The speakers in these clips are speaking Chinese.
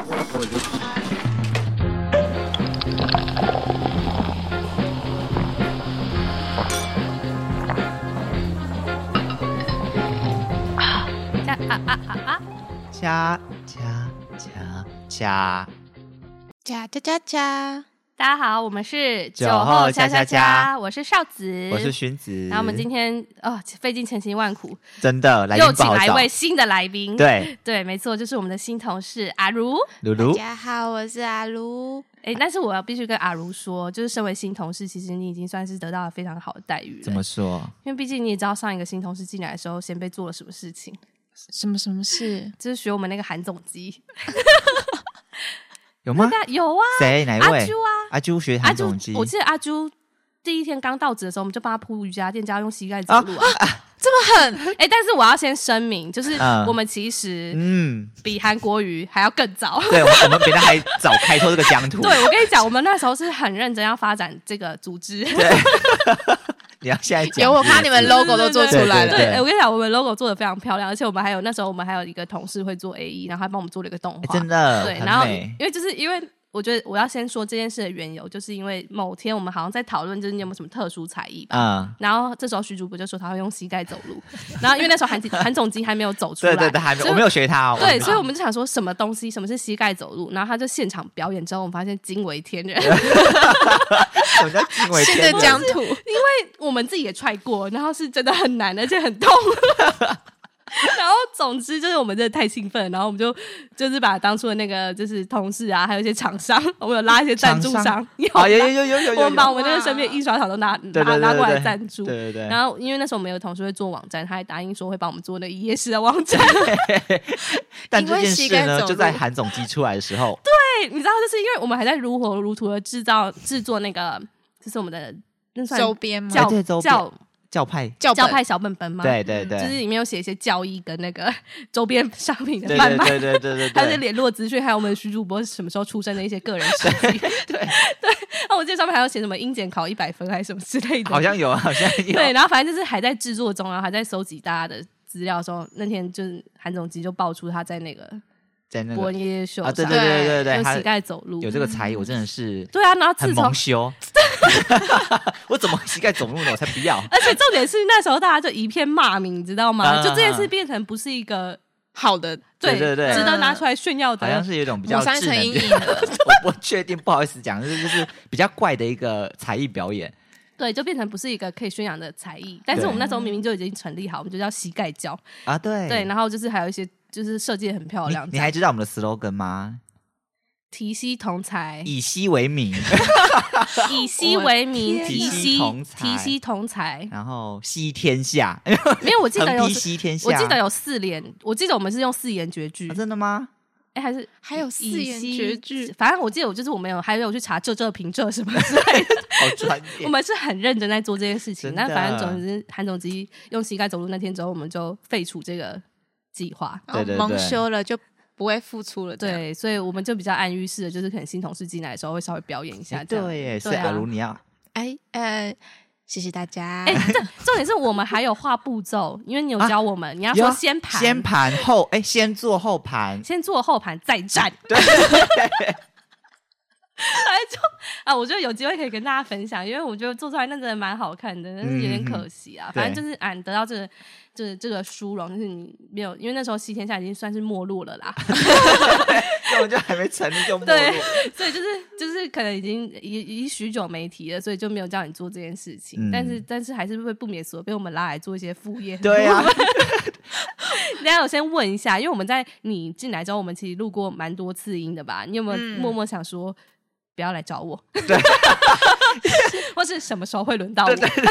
我就加啊啊啊啊！加加加加。加加加加，大家好，我们是酒后加加加加加，加我是少子，我是。荀子，然后嗯我们今天哦，费尽千辛万苦，真的来又宾不请好来一找位，新的来宾。对，对，没错，就是我们的新同事阿如。鲁大鲁，家好，我是阿卢。哎，但是我要必须跟阿如说，就是身为新同事，其实你已经算是得到了非常好的待遇了。怎么？说？因为毕竟你也知道，上一个新同事进来的时候，先被做了什么事情，什么什么 事？就是学我们那个韩总 机。有吗？那有啊，谁？哪一阿位朱？啊，阿朱学阿韩朱总机，，我记得阿朱第一天刚到职的时候，我们就帮他铺瑜伽垫，教他用膝盖走啊路啊， 这么狠！哎，但是我要先声明，就是嗯我们其实嗯，比韩国瑜还要更 早。对，我们比他还早开拓这个疆土。对，我跟你讲，我们那时候是很认真要发展这个组织。 你要现在讲，有我看你们 logo 都做出对来了，对，哎我跟你讲，我们 logo 做的非常漂亮，而且我们还有那时候我们还有一个同事会做 A E，然后还帮我们做了一个动哎画。真的，对，很然后美因为就是因为我觉得我要先说这件事的缘由，就是因为某天我们好像在讨论，就是你有没有什么特殊才艺吧。嗯，然后这时候徐主播就说他会用膝盖走路， 然后因为那时候韩韩总机还没有走出来，对对对，还没，所以我没有学他哦，对，所以我们们就想说什么东西，什么是膝盖走路，然后他就现场表演之后，我们发现惊为天人， 我们叫惊为新天的人疆土，我们自己也踹过，然后是真的很难，而且很痛。 然后，总之就是我们真的太兴奋，然后我们就就是把当初的那个就是同事啊，还有一些厂商， 我们有拉一些赞助厂商商，你好啊，有有有有有有我们把有，我们那个身边的印刷厂都拿对对拿对拿过来对赞助，对对对，然后，因为那时候我们有同事会做网站，他还答应说会帮我们做那个一页式的网 站。但因这为件膝事盖呢，走就在路韩总机出来的时候，对，你知道，就是因为我们还在如火如荼的制造制作那个，就是我们的那算 周边吗？教哎对周边教教派，教教本派小本本吗？，对对嗯对，就是里面有写一些教义跟那个 周边商品的对贩对卖。对对对对还有一对，些联络资讯，还有我们徐主播什么时候出生的一些个人事 迹。对 对，那我记得上面还有写什么英检考一百分还是什么之类的，好像有，啊好像有，对，然后反正就是还在制作中，然后还在收集大家的资料的时候，那天就是韩总机就爆出他在那个在那个伯耶秀啊，对上对对对对，用他膝盖走路，有这个才艺，我真的是对啊，然后很自从蒙，羞， 我怎么膝盖走路呢？我才不要，而且重点是那时候大家就一片骂名，你知道吗？嗯就这件事变成不是一个好的，对对对值得拿出来炫耀好像的。是有一种比较抹三智能层阴的影，了。 我不确定，不好意思讲，就是就是比较怪的一个才艺表演，对，就变成不是一个可以宣扬的才艺。但是我们那时候明明就已经成立好，我们就叫膝盖教。啊，对对，然后就是还有一些就是设计得很漂亮你，你还知道我们的 slogan 吗？哎提膝同才，以膝为名，以膝为名，我的天提哪膝提膝同才提膝同才。然后膝天下， 因为我记得横有批，膝天下，我记得有四联，我记得我们是用四言绝句啊，真的吗？哎，还是还有四言绝句以西反正我记得我就是我们有还有去查浙浙评浙什么之类的，好专业 我，们是很认真在做这件事情。真的但反正总之，韩总机用膝盖走路那天之后，我们就废除这个计划。然后对对对哦蒙羞了就不会付出了。这样，啊对，所以我们就比较暗喻式的，就是可能新同事进来的时候会稍微表演一下哎这样。对耶，所对以啊阿如你要哎呃，谢谢大家哎。，这重点是我们还有画步骤，因为你有教我们，你要有说啊先盘，先盘后，哎，先做后盘， 先做后盘再战。 对，来就啊，我觉得有机会可以跟大家分享，因为我觉得做出来那真的蛮好看的，但是有点可惜啊。嗯反正就是俺得到这个，就是这个殊荣，就是你没有，因为那时候西天下已经算是没落了 啦，根本就还没成立就没对落，所以就是就是可能已经已已许久没提了，所以就没有叫你做这件事情。嗯但是但是还是会不免所被我们拉来做一些副 业。对 啊，大家有先问一下，因为我们在你进来之后，我们其实录过蛮多次音的吧？你有没有嗯默默想说，不要来找我？ 对， 或是什么时候会轮到我？对对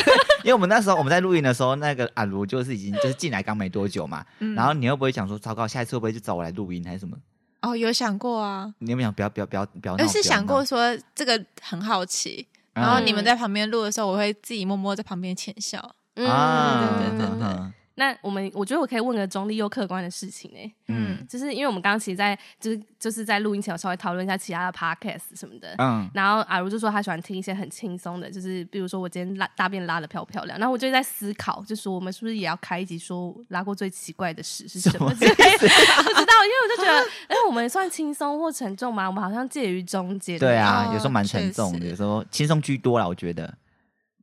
因为我们那时候我们在录音的时候，那个阿如就是已经就是进来刚没多久嘛，嗯然后你会不会想说，糟糕，下一次会不会就找我来录音还是什么？哦，有想过啊，你有没有想不要不要不要不要闹？而是不要想闹过，说这个很好奇，然后嗯你们在旁边录的时候，我会自己默默在旁边浅笑。嗯啊，对对对对对嗯那我们我觉得我可以问个中立又客观的事情哎、嗯就是因为我们刚刚其实在就是就是在录音前有稍微讨论一下其他的 podcast 什么的，嗯然后阿如就说他喜欢听一些很轻松的，就是比如说我今天拉大便拉的漂不漂亮，然后我就在思考，就说我们是不是也要开一集说拉过最奇怪的屎是什么之类的？不知道，因为我就觉得，哎，我们算轻松或沉重嘛，我们好像介于中间。对，啊，哦有时候蛮沉重确的，实有时候轻松居多啦，我觉得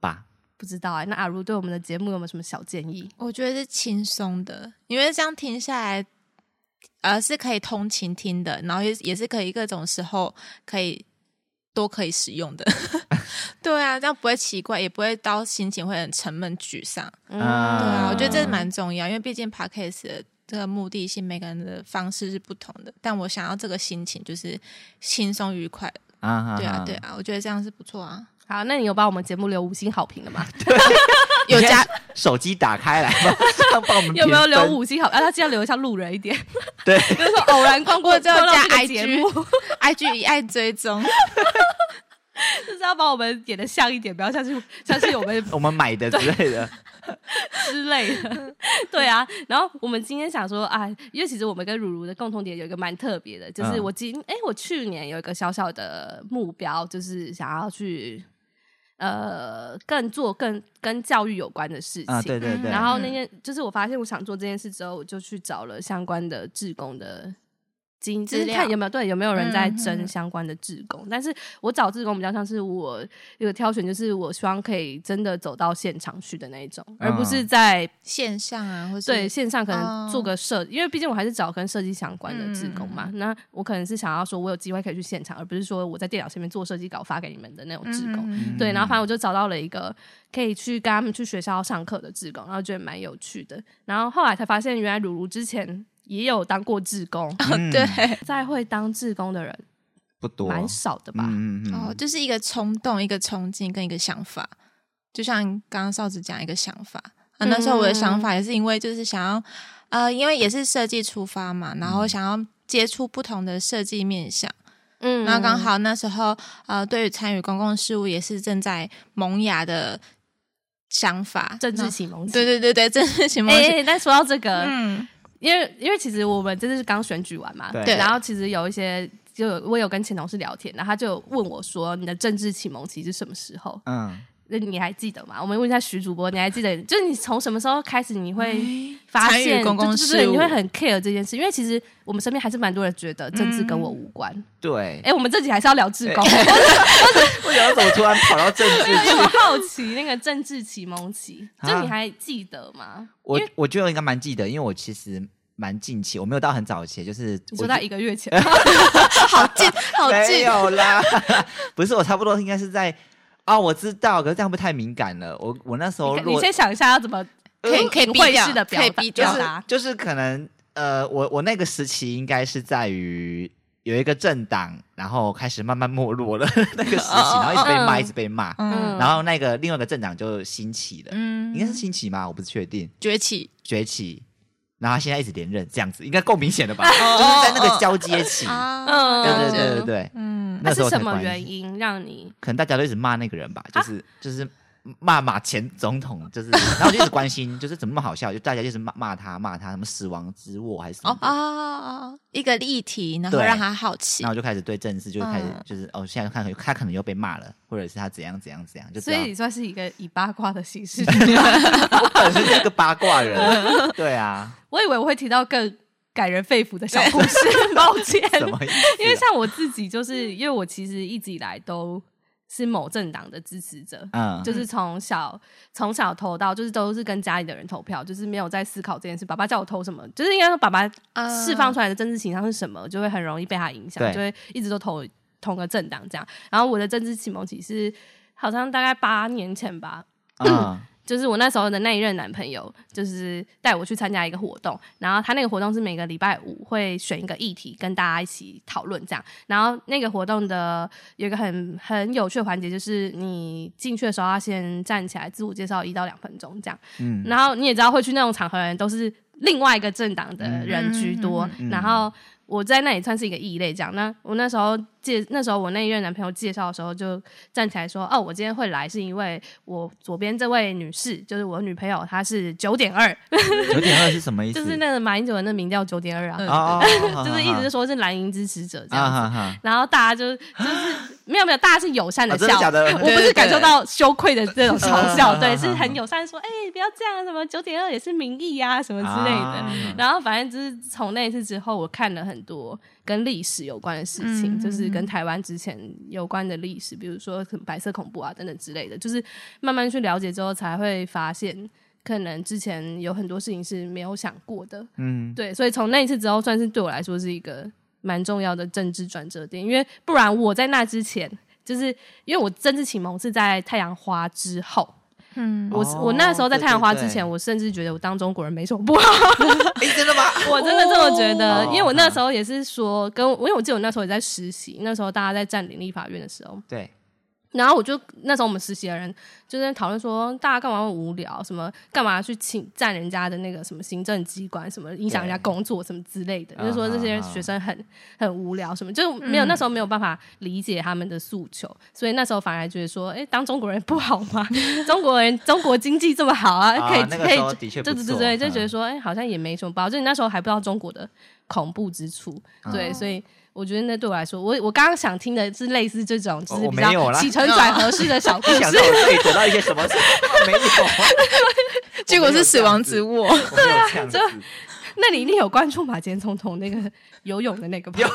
吧。不知道哎、那阿如对我们的节目有没有什么小建议？我觉得是轻松的，因为这样听下来，呃，是可以通勤听的，然后也也是可以各种时候可以都可以使用的。 对啊，这样不会奇怪，也不会到心情会很沉闷沮丧。嗯，啊对啊，我觉得这嗯蛮重要，因为毕竟 podcast 的这个目的性，每个人的方式是不同的。但我想要这个心情就是轻松愉快。啊哈对啊哈，对啊，我觉得这样是不错啊。嗯好，那你有把我们节目留五星好评了吗？有 加手机打开来， 帮帮我们 有没有评留分五星好评？啊，他记得留一下路人一 点，对，比如说偶然逛过我只 有逛到加这个 IG 节目， IG 一按追踪，就是要把我们演的像一点，不要像是像是我们我们买的之类 的，之类 的，对啊。然后我们今天想说，啊，因为其实我们跟如如的共同点有一个蛮特别的，就是嗯我今哎、我去年有一个小小的目标，就是想要去呃，更做更跟教育有关的事情。啊，对对对，然后嗯那件就是我发现我想做这件事之后，我就去找了相关的志工的经，就资是料看有没有对有没有人在嗯嗯争嗯相关的志工。但是我找志工比较像是我有挑选，就是我希望可以真的走到现场去的那一种，而不是在线上啊，或是对线上可能哦做个设，因为毕竟我还是找跟设计相关的志工嗯嘛。那我可能是想要说我有机会可以去现场，而不是说我在电脑前面做设计稿发给你们的那种志工。嗯对，然后反正我就找到了一个可以去跟他们去学校上课的志工，然后觉得蛮有趣的。然后后来才发现，原来如如之前也有当过志 工，嗯 对，再会当志工的人不多，蛮少的吧？嗯嗯哦，嗯，就是一个冲动、一个冲劲跟一个想法，就像刚刚少子讲一个想法啊，那时候我的想嗯法也是因为就是想要，呃，因为也是设计出发嘛，然后想要接触不同的设计面向，嗯那刚好那时候呃，对于参与公共事务也是正在萌芽的想法，政治那启蒙期对。对对对，政治启蒙哎、期，哎但说到这个，嗯，因为因为其实我们真的是刚选举完嘛，对然后其实有一些就有我有跟前同事聊天，然后他就有问我说，你的政治启蒙期是什么时候？嗯，那你还记得吗？我们问一下徐主播，你还记得？就是你从什么时候开始你会哎发参与现公共对对事对，你务会很 care 这件事？因为其实我们身边还是蛮多人觉得政治跟我无关。对哎、。我们这集还是要聊志工，哎为什 么怎么突然跑到政治因为去？我好奇那个政治启蒙 期，就啊你还记得吗？我我觉得我应该蛮记得，因为我其实蛮近期，我没有到很早期，就是你我说就在一个 月前，好近好没近，有啦， 不是我差不多应该是在啊，我知道，可是这样会不会太敏感了？我我那时候你落先想一下要怎么可以可以会避掉式的表可以达避就掉表是达。就是可能呃，我我那个时期应该是在于有一个政党，然后开始慢慢没落了 那个时期，然后一直被骂，嗯一直被骂，嗯嗯然后那个另外一个政党就兴起了，应该是嗯，兴起吗？我不是确定，崛起崛起。然后他现在一直连任，这样子应该够明显的 吧？哦就是在那个交接期，啊，嗯对对了解对对对，嗯那那时是候什才么关原心因啊让你？可能大家都一直骂那个人吧，就是、就是骂马前总统， 就是然后我就一直关心，就是怎么那么好笑，就大家就是骂骂他骂他什么死亡之握还是什么哦的哦哦，哦一个议题，然后对让他好奇然后。我就开始对政治就开始嗯就是、哦，现在看可能他可能又被骂了，或者是他怎样怎样怎样，就知所道以你算是一个以八卦的形式 我本身 是个八卦人，对啊，我以为我会提到更感人肺腑的小 故事， 抱歉。什么意思啊？因为像我自己，就是因为我其实一直以来都是某政党的支持者，嗯，就是从小从小投到，就是都是跟家里的人投票，就是没有在思考这件事。爸爸叫我投什么，就是应该说爸爸啊释放出来的政治倾向是什么，就会很容易被他影响，对就会一直都投同个政党这样。然后我的政治启蒙其实好像大概八年前吧，嗯就是我那时候的那一任男朋友，就是带我去参加一个活动，然后他那个活动是每个礼拜五会选一个议题跟大家一起讨论这样，然后那个活动的有一个很很有趣的环节，就是你进去的时候要先站起来自我介绍一到两分钟这样，嗯然后你也知道会去那种场合的人都是另外一个政党的人居多，然后我在那里算是一个异类这样。那我那时候介那时候我那一任男朋友介绍的时候，就站起来说：“哦，我今天会来是因为我左边这位女士，就是我女朋友，她是九点二，九点二是什么意思？就是那个马英九的那民调九点 二啊，嗯哦，就是一直是是说是蓝营支持者这啊样子。哈 哈，然后大家就就是没有没有，大家是友善的啊笑，真的假的？ 我不是感受到羞愧的这种嗯嘲笑，对对对对，是很友善地说，哎、不要这样，什么九点二也是民意呀、什么之类的。嗯啊 然后反正就是从那一次之后，我看了很多跟历史有关的事情，嗯就是跟台湾之前有关的历史，比如说可能白色恐怖啊等等之类的，就是慢慢去了解之后，才会发现可能之前有很多事情是没有想过的。嗯，对，所以从那一次之后，算是对我来说是一个蛮重要的政治转折点，因为不然我在那之前，就是因为我政治启蒙是在太阳花之后。嗯，我、哦我那时候在太阳花之前，对对对我甚至觉得我当中国人没什么不好，哎，真的 吗？我真的这么觉得，哦因为我那时候也是说，跟我因为我记得我那时候也在实习，那时候大家在占领立法院的时候，对，然后我就那时候我们实习的人就在讨论说，大家干嘛那么无聊，什么干嘛去侵占人家的那个什么行政机关，什么影响人家工作什么之类的，嗯就说这些嗯嗯嗯学生很很无聊，什么就是没有、那时候没有办法理解他们的诉求，所以那时候反而觉得说，哎，当中国人不好吗？ 中国人中国经济这么好啊，啊可以、那个可以时候的确不对对错对对，就嗯觉得说，哎、好像也没什么不好。就你那时候还不知道中国的恐怖之处，嗯对，所以我觉得那对我来说，我我刚刚想听的是类似这种，就哦是我比没有较啦起承转合式的小故一 想事到。我自己得到一些什么，没有啊，结果是死亡 之物，握，对啊，这样 子 那你一定有关注马前总统那个 游泳的那 个吧？虽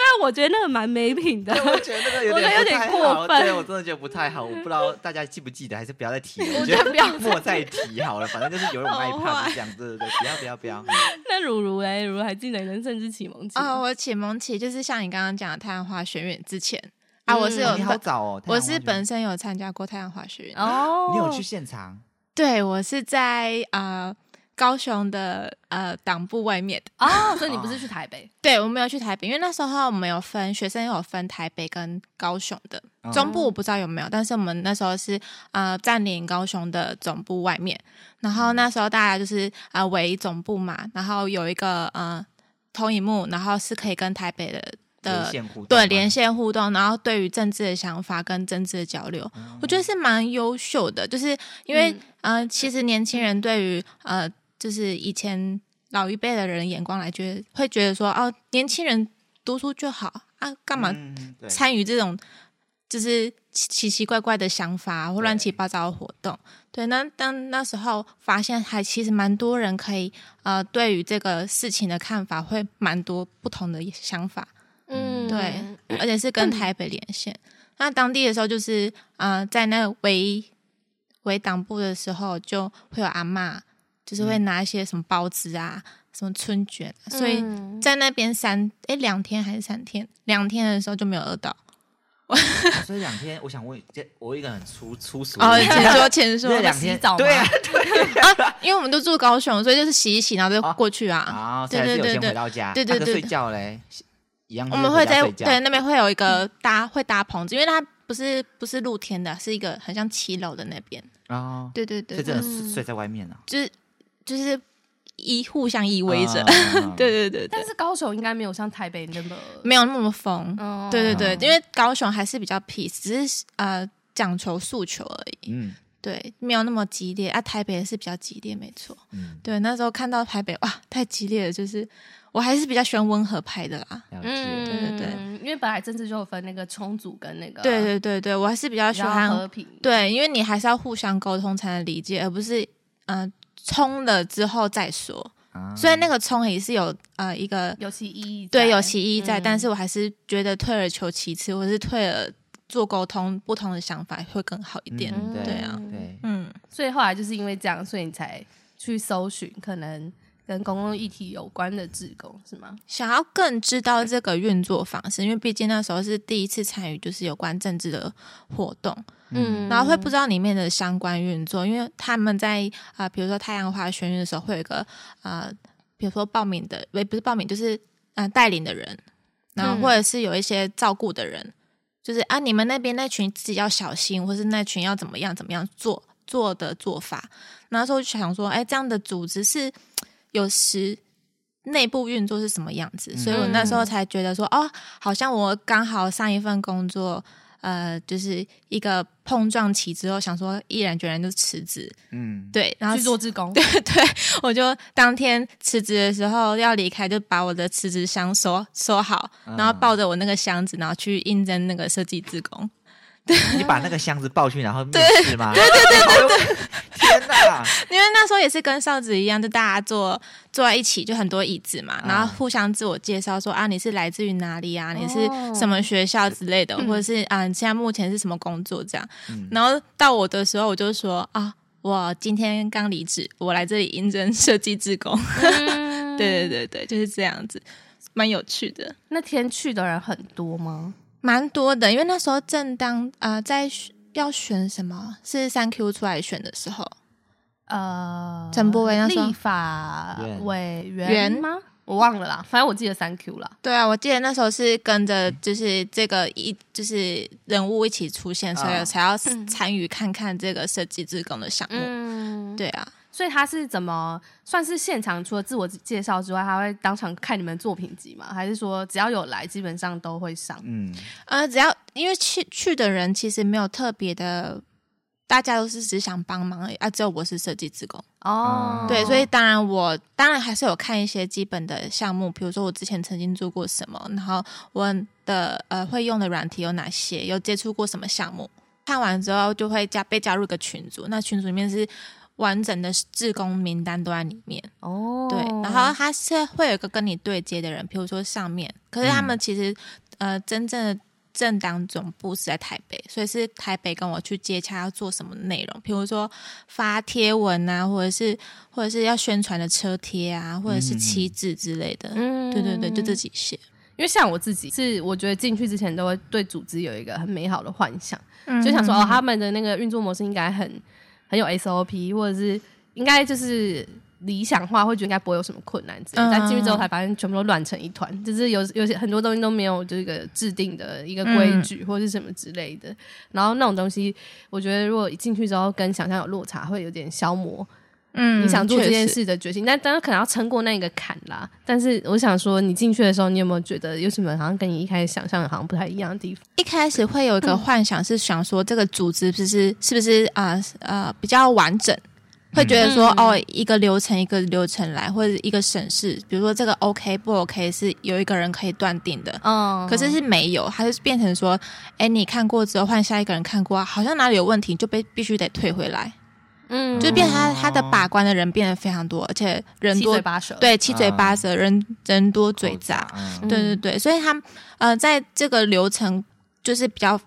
有然我觉得那个蛮没品的，我觉得那个有我觉点得有不点太过好分对我真的觉得不太好。我不知道大家记不记得，还是不要再提 了。我我觉得不要莫再提好了，反正就是有人那一好趴坏是这样，对对对，不要不要不要。 那如如哎，如如还记得你跟政治启蒙期啊、吗？我启蒙期就是像你刚刚讲的太阳花学院之前啊，嗯我是有哦你好本，早哦，我是太阳花本身有参加过太阳花学院，哦学院，你有去？现场？对我是在呃高雄的呃党部外面的，哦，所以你不是去台北？对我没有去台北，因为那时候我们有分学生有分台北跟高雄的哦总部，我不知道有没有，但是我们那时候是呃占领高雄的总部外面，然后那时候大家就是啊围总部嘛，然后有一个呃投影幕，然后是可以跟台北的连的线互动对吗连线互动，然后对于政治的想法跟政治的交流，嗯我觉得是蛮优秀的。就是因为、呃，其实年轻人对于呃，就是以前老一辈的人眼光来觉得，会觉得说哦，年轻人读书就好啊，干嘛嗯对参与这种就是奇奇奇怪怪的想法或对乱七八糟的活动。对，那当那时候发现，还其实蛮多人可以呃，对于这个事情的看法会蛮多不同的想法，嗯，对，而且是跟台北连线。那当地的时候，就是呃，在那个围围党部的时候，就会有阿嬷，就是会拿一些什么包子啊、什么春卷，啊所以嗯在那边三诶两天还是三天，两天的时候就没有饿到。哦所以两天，我想问，这我有一个很粗粗俗的哦，问题，前说前说这两天洗澡吗对 啊因为我们都住高雄，所以就是洗一洗，然后就过去啊。啊，所对以还是对有对先对回到家，对对那个对睡觉嘞，一样我是们嗯回会家在睡觉对那边会有一个搭会搭棚子，因为它不是不是露天的，是一个很像骑楼的那边。哦，对对所以对，真的是嗯睡在外面啊，就是就是依互相依偎着。啊 对对对但对，是高雄应该没有像台北那么，没有那么疯。嗯对对嗯对，因为高雄还是比较 peace，只是呃讲求诉求而已。嗯对，没有那么激烈啊。台北是比较激烈，没错。嗯，对，那时候看到台北哇，太激烈了，就是我还是比较喜欢温和派的啦。了嗯，解。对对对因为本来政治就有分那个充足跟那个对对对对，我还是比较比喜较和欢平，对，因为你还是要互相沟通才能理解，而不是嗯、呃冲了之后再说。啊虽然嗯那个冲也是有呃一个有其意义在，对有其意义在，嗯但是我还是觉得退而求其次，或是退而做沟通，不同的想法会更好一点。嗯对对啊对，嗯，所以后来就是因为这样，所以你才去搜寻可能跟公共议题有关的志工是吗？想要更知道这个运作方式，因为毕竟那时候是第一次参与，就是有关政治的活动。嗯然后会不知道里面的相关运作，因为他们在啊、呃比如说太阳花学运的时候，会有一个呃，比如说报名的，也不是报名，就是嗯、呃带领的人，然后嗯或者是有一些照顾的人，就是啊，你们那边那群自己要小心，或是那群要怎么样怎么样做做的做法。那时候就想说，哎，这样的组织是有实内部运作是什么样子，所以我那时嗯候才觉得说，哦，好像我刚好上一份工作，呃，就是一个碰撞期之后，想说毅然决然就辞职，嗯，对，然后去做志工，对， 我就当天辞职的时候要离开，就把我的辞职箱收收好，嗯啊然后抱着我那个箱子，然后去应征那个设计志工。你把那个箱子抱去，然后面试 吗？对对对对对， 天哪！因为那时候也是跟哨子一样，就大家坐坐在一起，就很多椅子嘛，嗯然后互相自我介绍说啊，你是来自于哪里啊，你是哦什么学校之类的，嗯或者是啊，你现在目前是什么工作这样。嗯然后到我的时候，我就说啊，我今天刚离职，我来这里应征设计志工。 嗯对对对对，就是这样子，蛮有趣的。那天去的人很多吗？蛮多的，因为那时候正当啊、呃在选要选什么是三 Q 出来选的时候，呃，陈柏惟那时候立法委员员吗？我忘了啦，反正我记得三 Q 啦。对啊，我记得那时候是跟着就是这个一就是人物一起出现，所啊以才要参与看看这个设计志工的项目。嗯，对啊，所以他是怎么算是现场除了自我介绍之外，他会当场看你们作品集吗？还是说只要有来，基本上都会上？嗯，呃，只要因为去去的人其实没有特别的。大家都是只想帮忙而已啊，只有我是设计职工，哦，对，所以当然我当然还是有看一些基本的项目，比如说我之前曾经做过什么，然后我的呃会用的软体有哪些，有接触过什么项目。看完之后就会加被加入一个群组，那群组里面是完整的志工名单都在里面。哦，对，然后他是会有一个跟你对接的人，比如说上面，可是他嗯们其实、呃真正的。政党总部是在台北，所以是台北跟我去接洽要做什么内容，比如说发贴文啊，或者是或者是要宣传的车贴啊，或者是旗帜之类的。嗯对对对，就这。几些。因为像我自己是，我觉得进去之前都会对组织有一个很美好的幻想，嗯就想说哦，他们的那个运作模式应该很很有 SOP，或者是应该就是理想化，会觉得应该不会有什么困难之类的。嗯但进去之后才发现，全部都乱成一团，就是有有些很多东西都没有这个制定的一个规嗯矩或是什么之类的。然后那种东西，我觉得如果一进去之后跟想象有落差，会有点消磨嗯你想做这件，确实事的决心，但当然可能要撑过那个坎啦。但是我想说，你进去的时候，你有没有觉得有什么好像跟你一开始想象的好像不太一样的地方？一开始会有一嗯个幻想是想说这个组织是不是是不是啊呃比较完整，会觉得说、嗯哦一个流程一个流程来，或者一个审视，比如说这个 OK 不 OK 是有一个人可以断定的。嗯可是是没有，它就是变成说，哎，你看过之后换下一个人看过啊，好像哪里有问题，就被必须得退回来，嗯就变成他哦他的把关的人变得非常多，而且人七多嘴，八舌，对，七嘴八啊舌，人人多 嘴口杂，嗯对对嗯对，所以他呃，在这个流程就是比较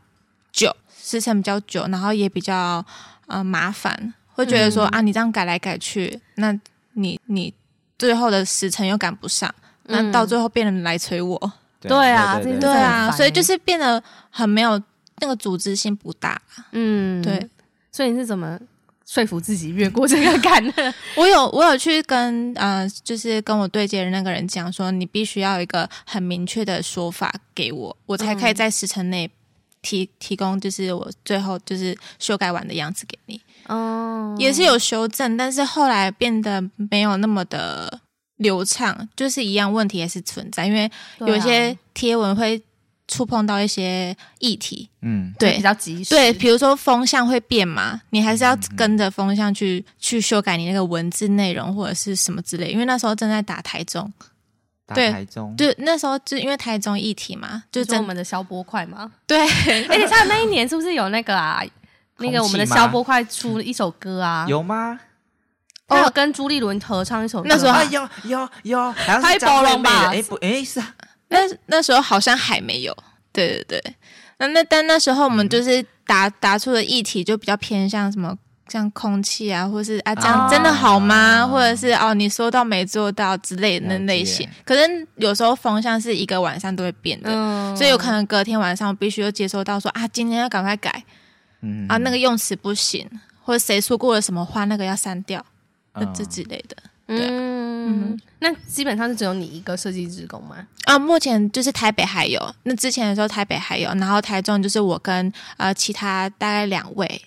久，时程比较久，然后也比较呃麻烦，会觉得说、嗯啊，你这样改来改去，那你你最后的时程又赶不上，那到最后变成来催我，嗯对啊这对真的很啊，烦所以欸就是变得很没有那个组织性不大。嗯对、，所以你是怎么说服自己越过这个坎的？ 我有我有去跟呃，就是跟我对接的那个人讲说，你必须要有一个很明确的说法给我，我才嗯可以在时辰内提提供，就是我最后就是修改完的样子给你。嗯，也是有修正，但是后来变得没有那么的流畅，就是一样问题也是存在，因为对啊有些贴文会触碰到一些议题，嗯，就对比。较及时，对，比如说风向会变嘛，你还是嗯要跟着风向去去修改你那个文字内容或者是什么之类。因为那时候正在打台中，打对台中，就那时候就因为台中议题嘛，就就是我哎真们的消波块 嘛。对， 而且像那一年是不是有那个啊？那个我们的空气吗消波块出了一首歌啊，有吗？他有跟朱立伦合唱一首歌，哦那时候啊，还有有有，好像拍是张包惠龙妹的，吧哎不，哎是啊，那那时候好像还没有，对对对。那那但那时候我嗯们就是答答出的议题就比较偏向什么，像空气啊，或是啊这样、啊真的好吗？或者是哦你说到没做到之类的那了解类型。可是有时候风向是一个晚上都会变的，嗯所以有可能隔天晚上我必须又接收到说啊，今天要赶快改嗯啊，那个用词不行，或者谁说过了什么话，那个要删掉，嗯那这之类的。对嗯，那基本上是只有你一个设计职工吗？啊，目前就是台北还有，那之前的时候台北还有，然后台中就是我跟呃其他大概两位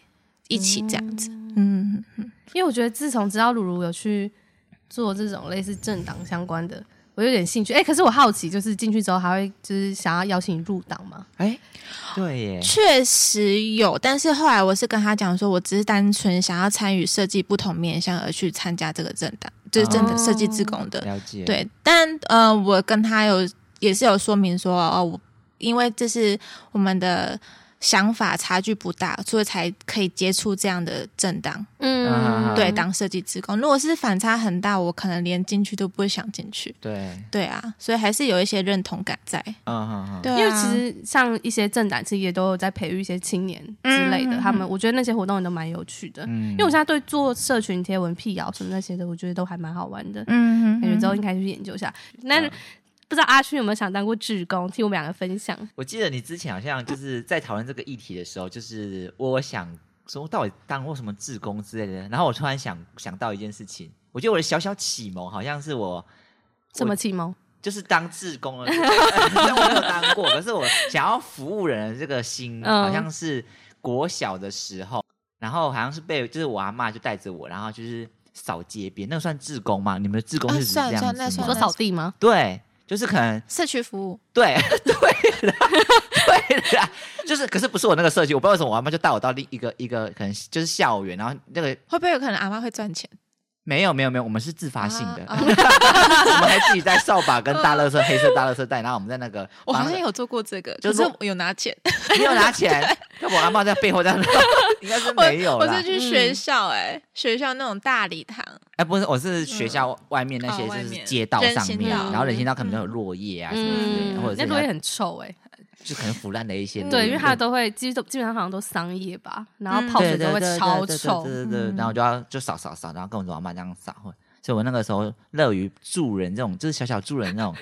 一起这样子，嗯，因为我觉得自从知道鲁鲁有去做这种类似政党相关的，我有点兴趣。哎、可是我好奇，就是进去之后还会就是想要邀请你入党吗？哎、对耶，确实有，但是后来我是跟他讲说，我只是单纯想要参与设计不同面向而去参加这个政党，就是政党哦设计志工的。了解，，对，但呃，我跟他有也是有说明说，哦，我因为这是我们的想法差距不大，所以才可以接触这样的政党，嗯对，当设计职工。如果是反差很大，我可能连进去都不会想进去。对，对啊，所以还是有一些认同感在。嗯哼哼，对、啊，因为其实像一些政党，其实也都有在培育一些青年之类的。嗯他们，我觉得那些活动也都蛮有趣的。嗯，因为我现在对做社群贴文、辟谣什么那些的，我觉得都还蛮好玩的。嗯，嗯，嗯感觉之后应该去研究一下。那、嗯不知道阿勋有没有想当过志工，替我们两个分享？我记得你之前好像就是在讨论这个议题的时候，就是我有想说到底当过什么志工之类的，然后我突然想想到一件事情，我觉得我的小小启蒙好像是我什么启蒙？就是当志工了，虽 然呃我没有当过，可是我想要服务人的这个心，嗯好像是国小的时候，然后好像是被就是我阿妈就带着我，然后就是扫街边，那个算志工吗？你们的志工啊是指这算样子吗？算那你算说扫地吗？对，就是可能社区服务，对 对啦，对啦，就是可是不是我那个社区，我不知道为什么我阿妈就带我到另一个一个可能就是校园，然后那个会不会有可能阿妈会赚钱？没有没有没有，我们是自发性的， 啊我们还自己带扫把跟大垃圾黑色大垃圾袋，然后我们在那个我帮好那像个有做过这个，就就是是我有拿钱，没有拿钱，那我阿妈在背后这样，应该是我没有我啦是。去学校哎、学校那种大礼堂，哎，不是，我是学校外面那些哦就外是面街道人上行面，道然后人行道可能都有落叶啊什么之类的，或者嗯那是落叶人家很臭哎、就可能腐烂的一些落叶。对，因为它都会基本基本上好像都桑叶吧，然后泡对水嗯对都会对对超对对臭对。对对，嗯然后我就要就扫扫扫，然后跟我阿妈这样扫。所以我那个时候乐于助人这种，就是小小助人那种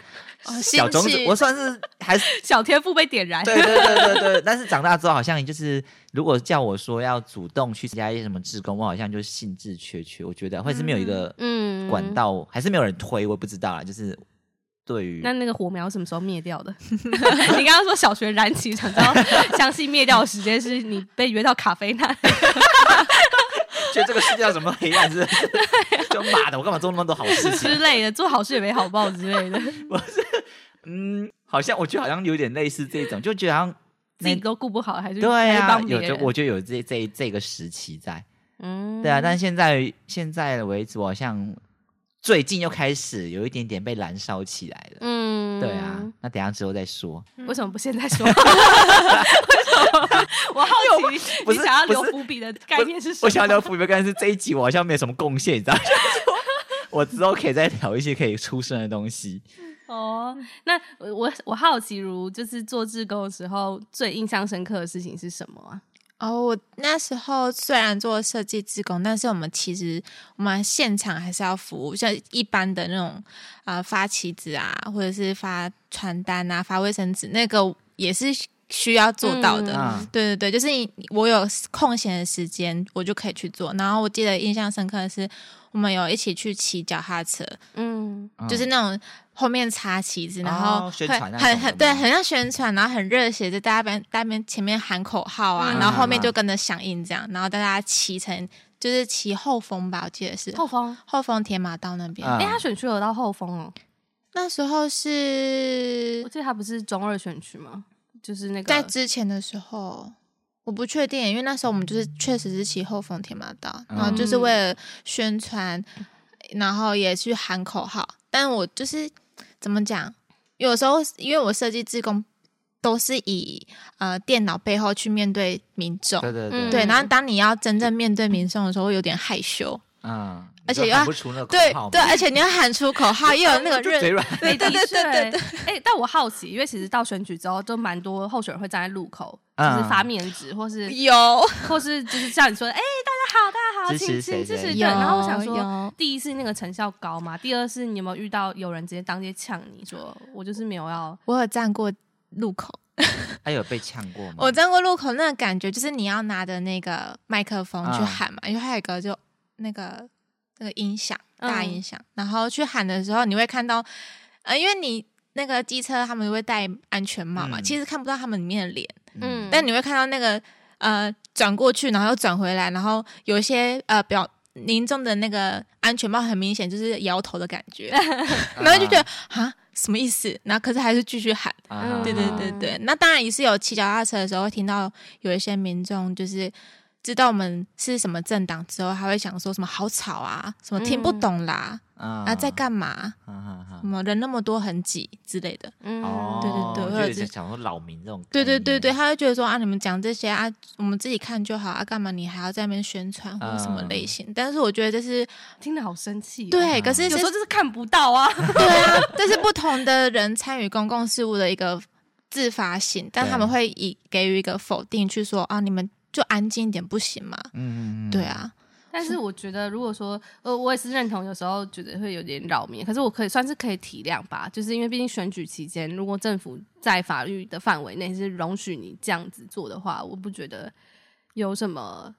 哦小种子兴，趣我算是还是 小天赋被点燃，对对对对对。但是长大之后，好像就是如果叫我说要主动去参加一些什么志工，我好像就兴致缺缺。我觉得会是没有一个 嗯管。道，还是没有人推，我也不知道啦。就是对于那那个火苗什么时候灭掉的？ 你刚刚说小学燃起，想知道相信灭掉的时间是你被约到咖啡那里。觉得这个世界上什么黑 暗是 不是啊就妈的，我干嘛做那么多好事情之？类的，做好事也没好报之 类的，嗯，好像我觉得好像有点类似这种，就觉得好像自己都顾不好，还是对还是啊，帮别有人就。我就有这这这个时期在，嗯对啊，但现在现在为止，我好像最近又开始有一点点被燃烧起来了。嗯对啊，嗯那等一下之后再说。为什么不现在说？为 什么？ 我好 奇不你是想要留不是伏笔的概念是什么？我想要聊福杯，但是这一集我好像没有什么贡献，你 知道吗？就是我我之后可以再聊一些可以出声的东西。哦，那我我我好奇，如就是做志工的时候，最印象深刻的事情是什么啊？哦，我那时候虽然做设计志工，但是我们其实我们现场还是要服务，像一般的那种啊、呃发旗子啊，或者是发传单啊、发卫生纸，那个也是需要做到的。嗯啊对对对，就是你我有空闲的时间，我就可以去做。然后我记得印象深刻的是，我们有一起去骑脚踏车，嗯，嗯就是那种后面插旗子，然后哦宣会传那很种的很对，吗很像宣传，然后很热血，就大家边大家边前面喊口号啊，嗯然后后面就跟着响应这样，然后大家骑成就是骑后峰吧，我记得是后方。后峰铁马道那边。嗯哎、他选区有到后方哦，那时候是我记得他不是中二选区吗？就是那个在之前的时候。我不确定，因为那时候我们就是确实是骑后峰铁马道，嗯然后就是为了宣传，然后也去喊口号。但我就是怎么讲，有时候因为我设计志工都是以呃电脑背后去面对民众，对对嗯对，对。然后当你要真正面对民众的时候，会有点害羞，嗯，而且你就又要喊不出那个对口号嘛对，，而且你要喊出口号，又有那 个就嘴热，软。对对对对对对，哎、但我好奇，因为其实到选举之后，都蛮多候选人会站在路口，嗯就是发面纸，或是有或是就是像你说的，哎、大家好，大家好，支持请谁谁请支持。对对，谁有然后我想说，有第一是那个成效高嘛，第二是你有没有遇到有人直接当街呛你说我就是没有要，我有站过路口。他有哎被呛过吗？我站过路口，那个感觉就是你要拿着那个麦克风去喊嘛，因为它有一个就那个那个音响嗯大音响，然后去喊的时候，你会看到，呃，因为你那个机车他们会戴安全帽嘛，嗯其实看不到他们里面的脸，嗯，但你会看到那个呃转过去，然后又转回来，然后有一些呃表民众的那个安全帽很明显就是摇头的感 觉，然嗯后就觉得啊什么意思？然后可是还是继续喊。啊对对对对，那当然也是有骑脚踏车的时候会听到有一些民众就是知道我们是什么政党之后，还会想说什么好吵啊，什么听不懂啦，啊啊在干嘛？啊啊什么人那么多很挤之类的。嗯，哦，对对对就或者有点是想说扰民这种，对对对对，，他会觉得说啊，你们讲这些啊，我们自己看就好啊，干嘛你还要在那边宣传或什么类型？但是我觉得这是听得好生气、哦。，对，可是有这时是候就是看不到 啊。对啊，这是不同的人参与公共事务的一个自发性，但对他们会以给予一个否定去说啊，你们就安静一点不行吗？嗯嗯嗯，对啊，但是我觉得，如果说呃，我也是认同，有时候觉得会有点扰民，可是我可以算是可以体谅吧，就是因为毕竟选举期间，如果政府在法律的范围内是容许你这样子做的话，我不觉得有什么。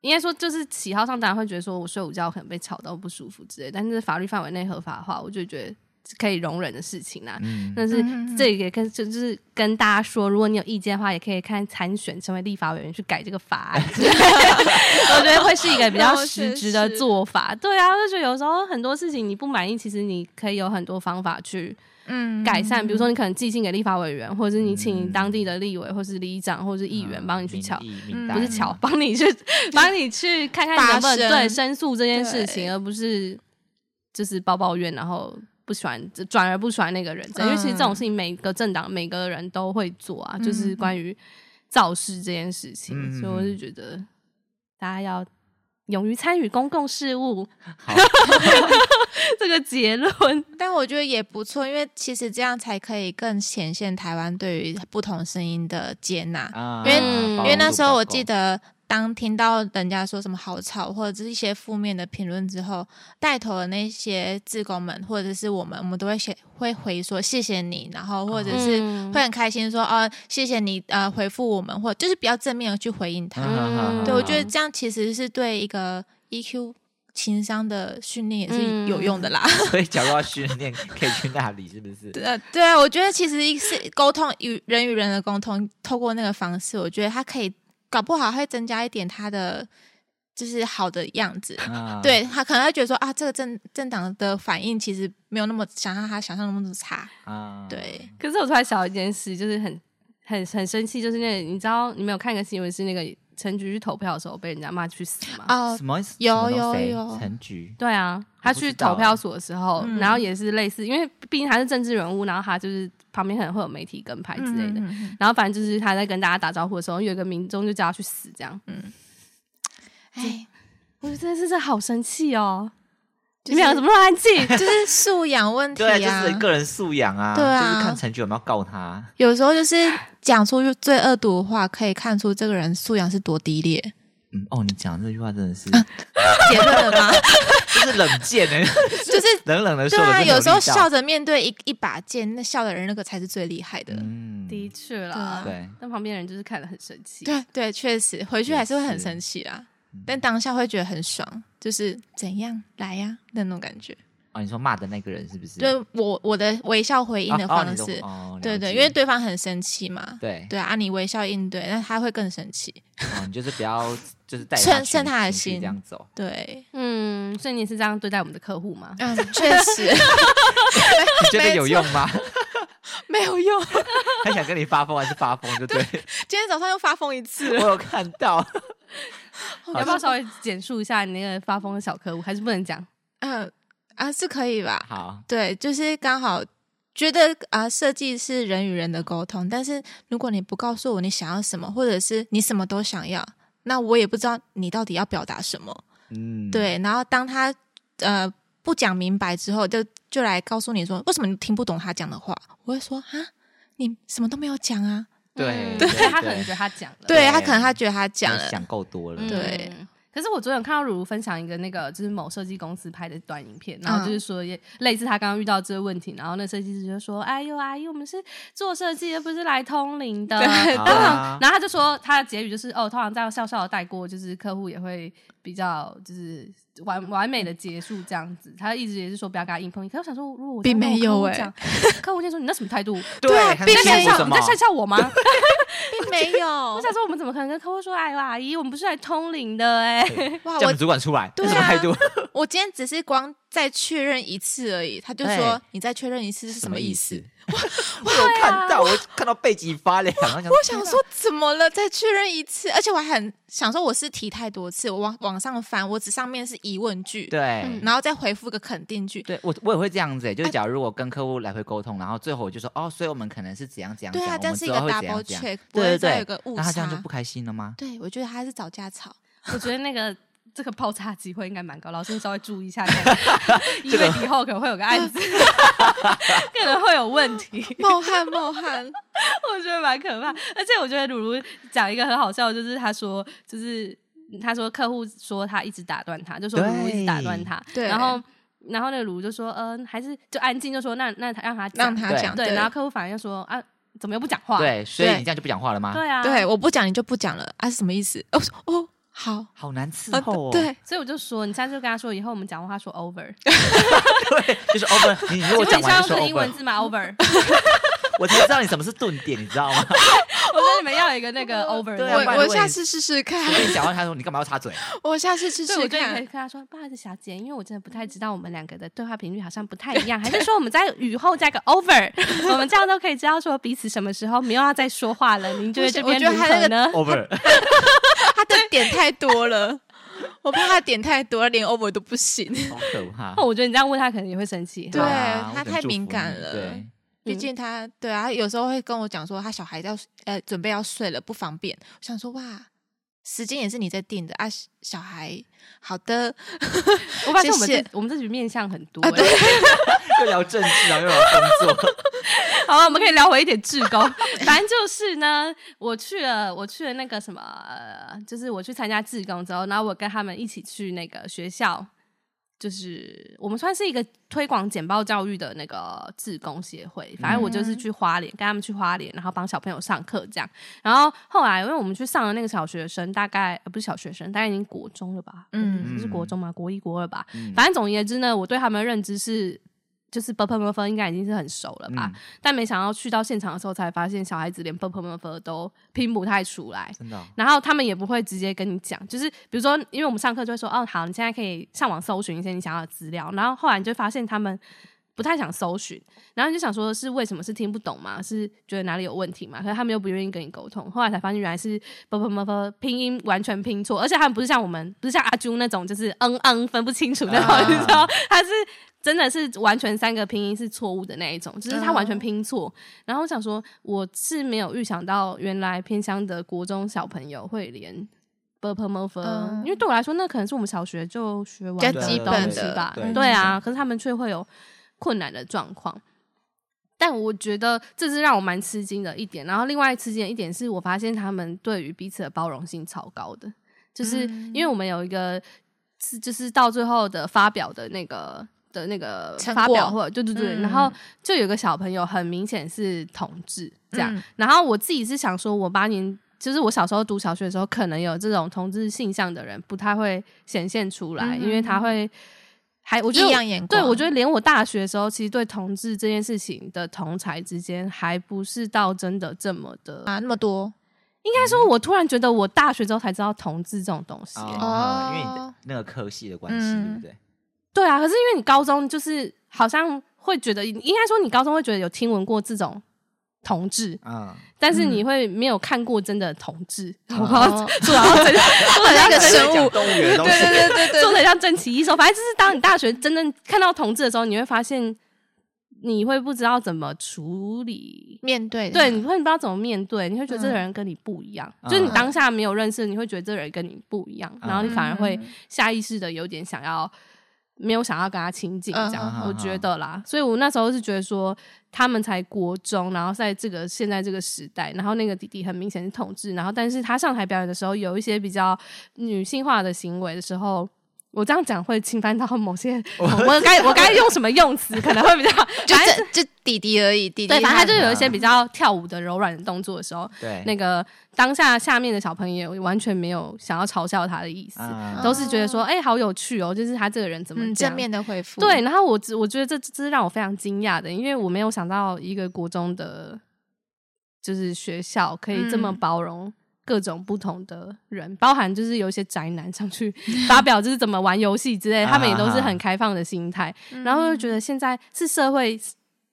应该说，就是喜好上当然会觉得说，我睡午觉可能被吵到不舒服之类，但是法律范围内合法的话，我就觉得是可以容忍的事情啊啦、嗯，但是嗯嗯嗯这也跟就就是跟大家说，如果你有意见的话，也可以看参选成为立法委员去改这个法案。 我觉得会是一个比较实质的做法。对啊，就觉得有时候很多事情你不满意，其实你可以有很多方法去嗯改善。比如说，你可能寄信给立法委员，或者是你请当地的立委，或是里长，或是议员帮你去瞧嗯啊民。意，民嗯代啊不是瞧，帮你去，帮你去看看能不能发对声申诉这件事情，对而不是就是抱抱怨，然后不喜欢，转而不喜欢那个人。因为其实这种事情，每个政党、每个人都会做啊，就是关于造势这件事情。嗯嗯嗯所以我就觉得大家要勇于参与公共事务，好，这个结论。但我觉得也不错，因为其实这样才可以更显现台湾对于不同声音的接纳。啊因为包因为那容度时候不我够记得，当听到人家说什么好吵或者是一些负面的评论之后，带头的那些志工们或者是我们，我们都会写会回说谢谢你，然后或者是嗯会很开心说哦谢谢你呃回复我们，或就是比较正面的去回应 他。嗯对，我觉得嗯这样其实是对一个 EQ 情商的训练也是有用的啦。嗯所以假如要训练，可以去那里，是不是？呃，对啊，我觉得其实一是沟通与人与人的沟通，透过那个方式，我觉得他可以搞不好会增加一点他的就是好的样子。啊，对他可能会觉得说啊，这个政政党的反应其实没有那么想象他想象那么差。啊，对，可是我突然想到一件事，就是很很很生气，就是那个你知道你没有看一个新闻是那个陈菊去投票的时候被人家骂去死吗？哦嗯什，么有什么东西有有陈菊对啊，他去投票所的时候，然后也是类似，因为毕竟他是政治人物，然后他就是旁边可能会有媒体跟拍之类的。嗯嗯嗯然后反正就是他在跟大家打招呼的时候，有一个民众就叫他去死，这样。哎，我觉得真的是好生气哦！就是你们两个怎么那么安静？哎就是素养问题对啊，啊。就是个人素养啊，对啊就是看陈菊有没有告他。有时候 就是讲出最恶毒的话，可以看出这个人素养是多低劣。 嗯，哦，你讲这句话真的是，嗯结论了吗？ 就是冷箭呢， 就是 冷冷的说对得真啊，的有时候力道笑，着面对一一把剑，那笑的人那个才是最厉害的。嗯， 的确对啦啊，对，但旁边人就是看得很生气。对对，确实回去还是会很生气啦，嗯但当下会觉得很爽，就是怎样来呀、的那种感觉。哦，你说骂的那个人是不是？对我我的微笑回应的哦哦方你式，说哦对了对，解因为对方很生气嘛。对对啊，你微笑应对，那他会更生气。哦，你就是不要，就是带着趁情趁他的情绪心这样 走，对，嗯，所以你也是这样对待我们的客户吗？ 嗯，确实你觉得有用吗？ 没有用。他想跟你发疯还是发疯？就对，今天早上又发疯一次 我了，有看到，要不要稍微简述一下你那个发疯的小客户？还是不能讲？嗯啊，是可以吧？好，对，就是刚好觉得啊、设计是人与人的沟通，但是如果你不告诉我你想要什么，或者是你什么都想要，那我也不知道你到底要表达什么。嗯，对，然后当他呃不讲明白之后，就就来告诉你说为什么你听不懂他讲的话，我会说啊，你什么都没有讲啊。对嗯对因为他可能对觉得他讲了。对他可能他觉得他讲讲了，想够多了，嗯对。可是我昨天有看到如如分享一个那个就是某设计公司拍的短影片，嗯然后就是说也类似他刚刚遇到这个问题，然后那设计师就说：“哎呦阿姨，我们是做设计的，不是来通灵的。”对通啊常， 然后他就说他的结语就是哦，通常这样笑笑的带过，就是客户也会比较就是完完美的结束这样子。他一直也是说不要跟他硬碰硬。可是我想说，如果我并这样跟没有 我欸客户讲，客户就说你那什么态度？对对啊他并你在羡慕笑我什你么在？笑我吗？没有 我，想说，我们怎么可能跟客户说，哎呦，阿姨，我们不是来通灵的哎、 哇，叫我我们主管出来，对啊什么态度？我今天只是光再确认一次而已，他就说你再确认一次是什么意思？？ 我有看到，我看到背脊发 凉。然后我想说怎么了？再确认一次，而且我还很想说我是提太多次，我往往上翻，我只上面是疑问句，对嗯然后再回复个肯定句。对，我我也会这样子欸，就是啊假如我跟客户来回沟通，然后最后我就说哦，所以我们可能是怎样怎样，对啊，怎样我们是一之个后会怎 double 样怎 check，样，不会对再对有个对，误那他这样就差不。开心了吗？对，我觉得他是找架吵， 我觉得那个这个爆炸机会应该蛮高，老师你稍微注意一 下看看，一月底后可能会有个案子， 可能会有问题。冒汗冒汗， 我觉得蛮可怕。而且我觉得鲁鲁讲一个很好笑的，就是他说，就是他说客户说他一直打断他，就说对鲁鲁一直打断他，对然后。然后那个鲁鲁就说：“嗯、还是就安静，就说那那他让他讲让他对讲。对。”然后客户反而就说：“啊，怎么又不讲话？”对，所以对你这样就不讲话了吗？对啊，对，我不讲你就不讲了啊？是什么意思？ 哦我说哦，好，好难伺啊候哦。对，所以我就说，你下次就跟他说，以后我们讲话说 over。 对，就是 over。你如果请讲问你需要完用就说个英文 over，字吗？over， 我才知道你什么是顿点，你知道吗？ 我跟你们要有一个那 个 over 对啊的不那然个。我我如果下你次试试我 看，跟你讲完，他说你干嘛要插 嘴？我下次试所以我试就可以看跟。他说：“不好意思，小姐，因为我真的不太知道我们两个的对话频率好像不太一样，还是说我们在雨后加个 over，我们 这样都可以知道说彼此什么时候没有要再说话了。您觉得这边我觉如得他那何个呢？ over，他的点太多了， 我怕他点太多，连 over 都不行。好可怕 哦，。我觉得你这样问他可能也会生气。对好啦他我只太能祝敏福感你了对，嗯毕竟他对啊，他有时候会跟我讲说他小孩要呃准备要睡了，不方便。我想说哇，时间也是你在定的啊，小小孩好的，我发现我们谢这谢我们这局面向很多、啊对欸。又聊政治，啊然后又聊工 作。 好了，我们可以聊回一点志工。 反正就是呢，我去了，我去了那个什么，呃就是我去参加志工之后，然后我跟他们一起去那个学校。就是我们算是一个推广简报教育的那个志工协会，反正我嗯就是去花莲，跟他们去花莲，然后帮小朋友上课这样。然后后来因为我们去上了那个小学生，大概、呃不是小学生，大概已经国中了吧？嗯嗯，是国中吗？国一国二吧。嗯反正总而言之呢，我对他们的认知是，就是啵啵啵啵应该已经是很熟了吧。嗯但没想到去到现场的时候，才发现小孩子连啵啵啵啵都拼不太出来。真的哦然后他们也不会直接跟你讲，就是比如说，因为我们上课就会说，哦，好，你现在可以上网搜寻一些你想要的资料。然后后来你就发现他们不太想搜寻，然后你就想说是为什么是听不懂吗？是觉得哪里有问题吗？可是他们又不愿意跟你沟通。后来才发现原来是啵啵啵啵拼音完全拼错，而且他们不是像我们，不是像阿朱那种就是嗯嗯分不清楚那种，啊 你知道，他是真的是完全三个拼音是错误的那一种，就是他完全哦拼错。然后我想说，我是没有预想到，原来偏乡的国中小朋友会连 b u r p m o f 嗯因为对我来说，那可能是我们小学就学比完较的基东本西的吧。对对啊，可是他们却会有困难的状况。但我觉得这是让我蛮吃惊的一点。然后另外吃惊的一点是我发现他们对于彼此的包容性超高的，就是嗯因为我们有一个是就是到最后的发表的那个的那个成发表果会，对对对，嗯然后就有个小朋友很明显是同志这样，嗯然后我自己是想说，我八年就是我小时候读小学的时候，可能有这种同志性向的人不太会显现出来，嗯因为他会还我觉得异我样眼光。对，我觉得连我大学的时候，其实对同志这件事情的同才之间，还不是到真的这么的。啊那么多应该说，我突然觉得我大学之后才知道同志这种东西、欸哦，因为你的那个科系的关系，对嗯不对？对啊，可是因为你高中就是好像会觉得，应该说你高中会觉得有听闻过这种同志，嗯，但是你会没有看过真的同志，嗯我不知道哦做到真的做的那个像生物讲动物园的东西，对对对做的像正奇一手，反正就是当你大学真正看到同志的时候，你会发现你会不知道怎么处理。面对的对，你会不知道怎么面对，你会觉得这个人跟你不一样，嗯就是你当下没有认识，你会觉得这个人跟你不一样，嗯然后你反而会嗯下意识的有点想要，没有想要跟他亲近，这样、嗯我觉得啦。所以我那时候是觉得说，他们才国中，然后在这个现在这个时代，然后那个弟弟很明显是同志，然后但是他上台表演的时候有一些比较女性化的行为的时候。我这样讲会侵犯到某些，我我该我该用什么用词可能会比较，就反正这就弟弟而已，弟弟对，反正他就有一些嗯比较跳舞的柔软的动作的时候，对，那个当下下面的小朋友也完全没有想要嘲笑他的意思，嗯都是觉得说，哎、好有趣哦，就是他这个人怎么嗯这样正面的回复对，，然后我只我觉得这这是让我非常惊讶的，因为我没有想到一个国中的就是学校可以这么嗯包容各种不同的人，包含就是有一些宅男上去 发表就是怎么玩游戏之类，他们也都是啊很开放的心态，嗯然后就觉得现在是社会。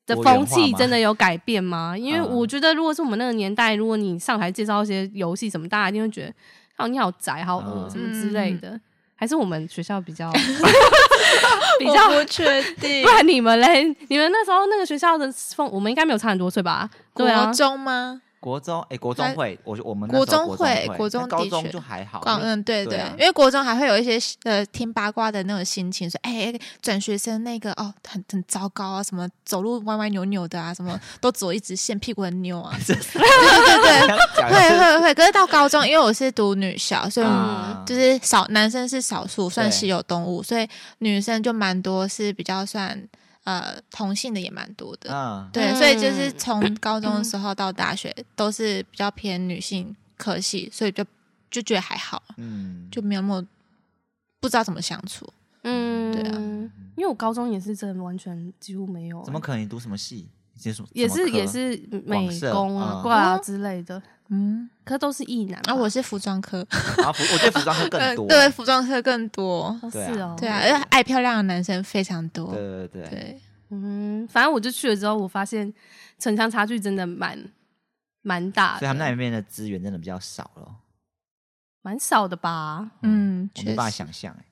的多元风化气吗真的有改 变吗？因为嗯我觉得，如果是我们那个年代，如果你上台介绍一些游戏什么，大家一定会觉得，哦，你好宅，好恶、嗯什么之类的。还是我们学校比 较比嗯我较不确定不，然你们嘞？你们那时候那个学校的风，我们应该没有差很多岁吧？ 对啊国，中吗？国中哎，国中还会，我我们那国时候中国会中国中但高的中确就还好，广嗯，对对啊因为国中还会有一些呃听八卦的那种心情，说哎哎转学生那个哦很很糟糕啊，什么走路歪歪扭扭的啊，什 么都走一直线，屁股很扭啊，对对对对， 讲 会会会。可是到高中，因为我是读女校，所以嗯啊就是少男生是少数，算对稀有动物，所以女生就蛮多，是比较算呃同性的也蛮多的。嗯，对，嗯所以就是 从高中的时候到大学都是比较偏女性科系，所以就就觉得还好，嗯，就没有那么不知道怎么相处。嗯，对啊因为我高中也是真的完全几乎没有、怎么可能？你读什么系？你 是什么也什么是科也是美广设工啊、嗯挂啊之类的，嗯，可都是异男吧啊，我是服装科，啊，服我 觉得服装科更多， 对，服装科更多，哦是对啊哦，对啊，而且爱漂亮的男生非常多，对对对对，对，嗯，反正我就去了之后，我发现城乡差距真的蛮蛮大啊所以他们那的，里面的资源真的比较少了，蛮少的吧。嗯，我确没实办法想象哎，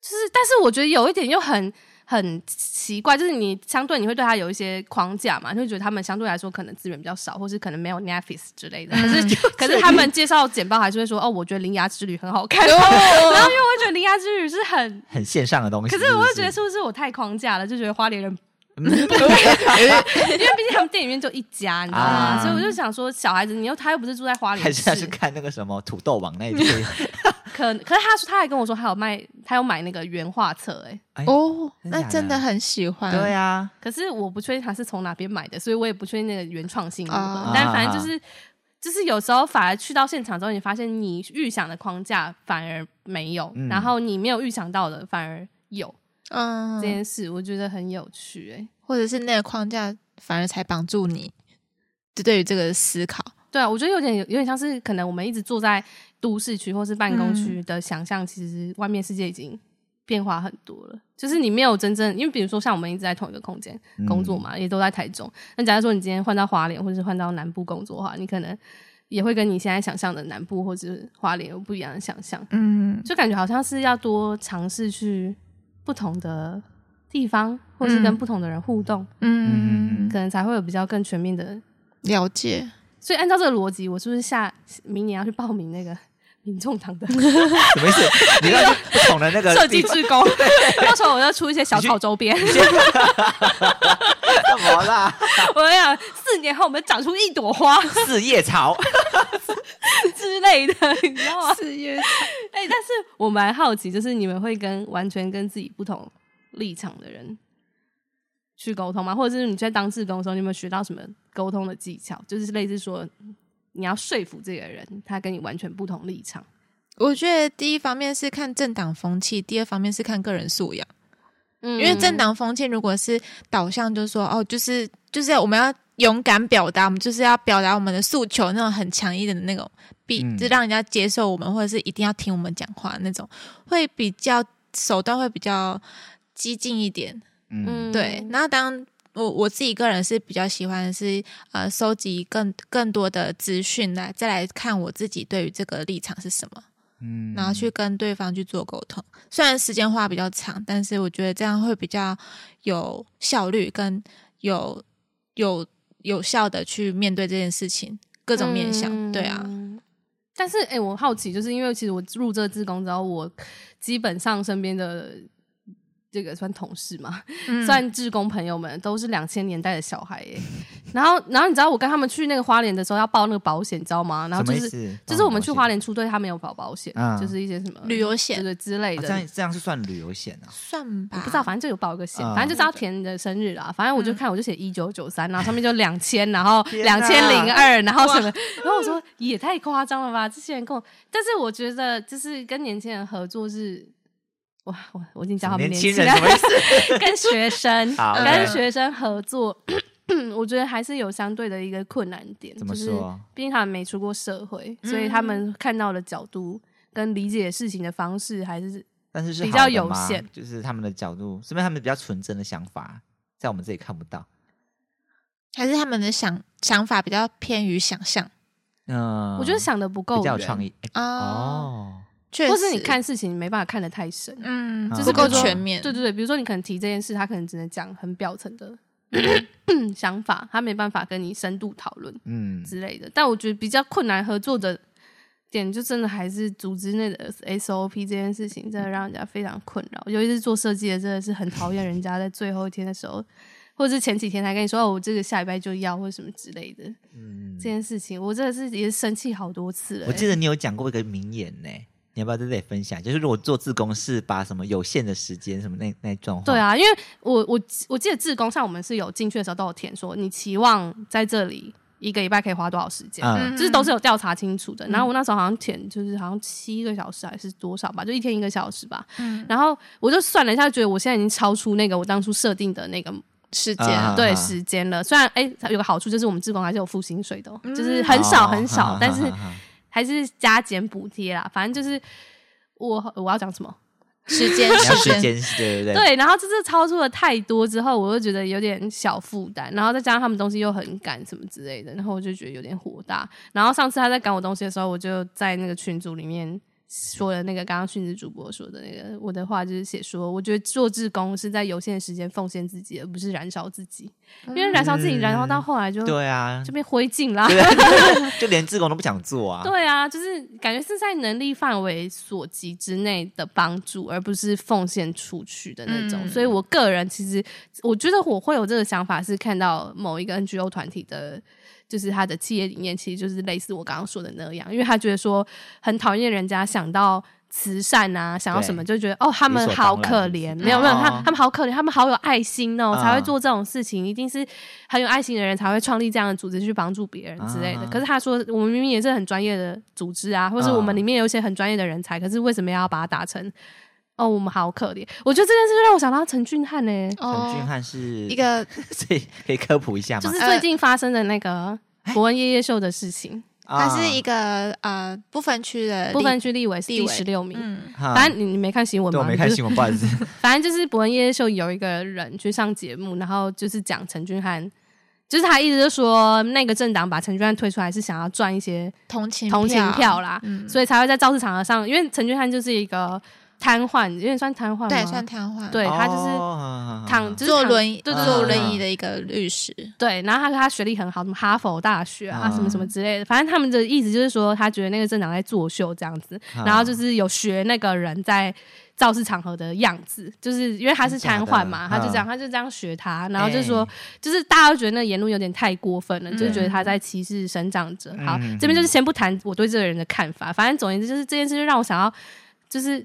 就是，但是我觉得有一点又很很奇怪，就是你相对你会对他有一些框架嘛，就会觉得他们相对来说可能资源比较少，或是可能没有 Netflix 之 类的。可是可是他们介绍简报还是会说哦，我觉得《铃芽之旅》很好看，啊 然 后因为我觉得《铃芽之旅》是很。很线上的东西。可是我会会觉得是不是我太框架了，就觉得花 莲人，得因为毕竟他们店里面就一家，你知道吗？啊所以我就想说，小孩子你又他又不是住在花还莲是市要，去看那个什么土豆网 那一类。可可是他说他还跟我说他有卖，他有买那个原画册，哎，哎，哦，真那假真的的很喜欢，对啊，可是我不确定他是从哪边买的，所以我也不确定那个原创性如何。啊但反正就是，就是有时候反而去到现场之后，你发现你预想的框架反而没有，嗯然后你没有预想到的反而有、这嗯，件事，我觉得很有趣、欸。或者是那个框架反而才帮助你，就对于这个思考，对啊，我觉得有点有点像是可能我们一直坐在都市区或是办公区的想象，其实外面世界已经变化很多了。就是你没有真正，因为比如说像我们一直在同一个空间嗯工作嘛，也都在台中。那假如说你今天换到花莲，或者是换到南部工作的话，你可能也会跟你现在想象的南部或者是花莲有不一样的想象，嗯，就感觉好像是要多尝试去不同的地方，或是跟嗯不同的人互动，嗯嗯，可能才会有比较更全面的了解，所以按照这个逻辑，我是不是下明年要去报名那个 民众党的什么意思？你要去不同的那个设计志工？ 到时候我要出一些小草周 边。什么啦？我想四年后我们长出一朵花 四叶草，之类的，你知道吗？四月哎、但是我蛮好奇，就是你们会跟完全跟自己不同立场的人去沟通吗？或者是你在当志工的时候，你有没有学到什么沟通的技巧？就是类似说，你要说服这个人，他跟你完全不同立场。我觉得第一方面是看政党风气，第二方面是看个人素养。嗯因为政党风气如果是导向，就是说哦，就是就是我们要勇敢表达，我们就是要表达我们的诉求，那种很强硬的那种，必嗯就让人家接受我们，或者是一定要听我们讲话那种，会比较手段会比较激进一点。嗯，对，那当我我自己个人是比较喜欢的是呃，收集更更多的资讯来再来看我自己对于这个立场是什么，嗯然后去跟对方去做沟通。虽然时间花比较长，但是我觉得这样会比较有效率，跟有有有效的去面对这件事情各各种面向。对啊，。嗯但是，哎、我好奇，就是因为其实我入这自工之后，我基本上身边的这个算同事嘛，嗯算志工朋友们都是两千年代的小孩耶、然后，然后你知道我跟他们去那个花莲的时候要报那个保险，你知道吗？然后就什么意是思就是我们去花莲出队，他们有保保险，嗯就是一些什么旅游险对对之类啊的。这样这样是算旅游险啊？算吧，不知道，反正就有报一个险，嗯反正就是要填你的生日啦。反正我就看，我就写一九九三，然后上面就两千，然后两千零二，然后什么，然后我说也太夸张了吧！这些人跟我，但是我觉得就是跟年轻人合作是，哇，我我已经讲他们 年轻啊轻人什么意思？跟学生 好跟 OK 学生合作我觉得还是有相对的一个困难点，怎么就是说毕竟他们没出过社会，所以嗯他们看到的角度跟理解事情的方式还是但是是比好的较有吗限，就是他们的角度，是不是他们比较纯真的想法，在我们这里看不到？还是他们的想想法比较偏于想象嗯，我觉得想的不够比较有远创意、哎啊，呃哦，确实，或是你，看事情没办法看得太深，嗯，就不是够比如说全面，对对对，比如说你可能提这件事，他可能只能讲很表层的 想法，他没办法跟你深度讨论嗯，之类的。但我觉得比较困难合作的点，就真的还是组织内的 SOP 这件事情，真的让人家非常困扰。尤其是做设计的，真的是很讨厌人家在最后一天的时候，或者是前几天才跟你说哦，我这个下礼拜就要，或者什么之类的。嗯这件事情，我真的是也是生气好多次了、我记得得你有讲过一个名言呢、你要不要在这里分享？就是如果做自工是把什么有限的时间什么那那一段话，对，啊，因为我我我记得志工像我们是有进去的时候都有填说，你期望在这里一个礼拜可以花多少时间。嗯，就是都是有调查清楚的，然后我那时候好像填就是好像七个小时还是多少吧，就一天一个小时吧。嗯然后我就算了一下，觉得我现在已经超出那个我当初设定的那个嗯事件，啊对啊时间了。虽然哎、有个好处就是我们志工还是有付薪水的哦、就是很少哦很 少，但是哈哈哈还是加减补贴啦。反正就是我我要讲什么？时间你要时，间 是对对对，对，然后这次超出了太多之后，我就觉得有点小负担，然后再加上他们东西又很赶什么之类的，然后我就觉得有点火大。然后上次他在赶我东西的时候，我就在那个群组里面说了那个刚刚训斥主播说的那个我的话，就是写说，我觉得做志工是在有限的时间奉献自己，而不是燃烧自己，因为燃烧自己，燃烧到后 来就、对啊，就变灰烬啦。对就连自工都不想做啊，对啊，就是感觉是在能力范围所及之内的帮助，而不是奉献出去的那种。嗯所以我个人其实，我觉得我会有这个想法，是看到某一个 NGO 团体的，就是他的企业理念，其实就是类似我刚刚说的那样，因为他觉得说很讨厌人家想到。慈善啊，想到什么就觉得哦，他们理所当好然可是不怜，是没有没有，他哦他们好可怜，他们好有爱心哦，才会嗯做这种事情，一定是很有爱心的人才会创立这样的组织去帮助别人之类的。啊可是他说，我们明明也是很专业的组织啊，或是我们嗯里面有一些很专业的人才，可是为什么要把它打成哦，我们好可怜？我觉得这件事就让我想到陈俊翰呢、陈俊哦，翰是一，个 所以可以科普一下就吗？是最近发生的那个伯恩夜夜秀的事情，啊他是一个呃不分区的啊不分立，区立委是第十六名。嗯啊，反反正你你没看新闻对吗？我没看你不是新闻，不好意思，反正就是伯恩夜夜秀有一个人去上节目，然后就是讲陈俊翰，就是他一直就说那个政党把陈俊翰推出来是想要赚一些同情同情票，啦，嗯，所以才会在造势场合上，因为陈俊翰就是一个瘫痪，有点算瘫痪吗？对，算瘫痪， 嗯对他就是是躺，就是坐躺轮椅对对哦嗯坐对对轮椅的一个律师，对，然后他他学历很好，什么哈佛大学啊，嗯什么什么之类的，反正他们的意思就是说，他觉得那个政党在作秀这样子，嗯然后就是是有学那个人在造势场合的样子，就是因为他是真假瘫的痪嘛，他就这嗯样，他就这样学他，然后哎就说，就是大家都觉得那言论有点太过分了，嗯就是觉得他在歧视生长者。好嗯，这边就是先不谈我对这个人的看法，反正总而言之，就是这件事就让我想要，就是。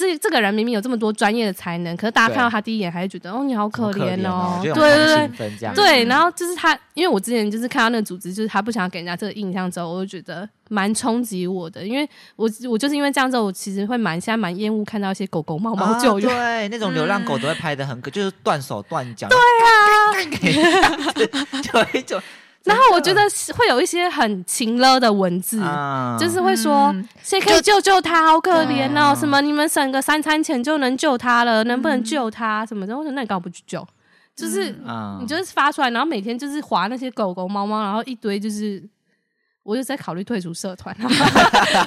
这这个人明明有这么多专业的才能，可是大家对看到他第一眼还是觉得哦，你好可怜哦，就对很兴对对，奋这样子，对，然后就是他，因为我之前就是看到那个组织，就是他不想要给人家这个印象之后，我就觉得蛮冲击我的，因为我我就是因为这样之后，我其实会蛮现在蛮厌恶看到一些狗狗猫猫啊救援，对，那种流浪狗都会拍的很可，就是断手断脚，对啊， 就有一种，然后我觉得是会有一些很情勒的文字。啊嗯就是会说嗯，谁可以救救他？好可怜哦！嗯什么你们省个三餐钱就能救他了，能不能救他？什么的？我说那你干嘛不去救？就是啊你就是发出来，然后每天就是划那些狗狗、猫猫，然后一堆就是，我就在考虑退出社团，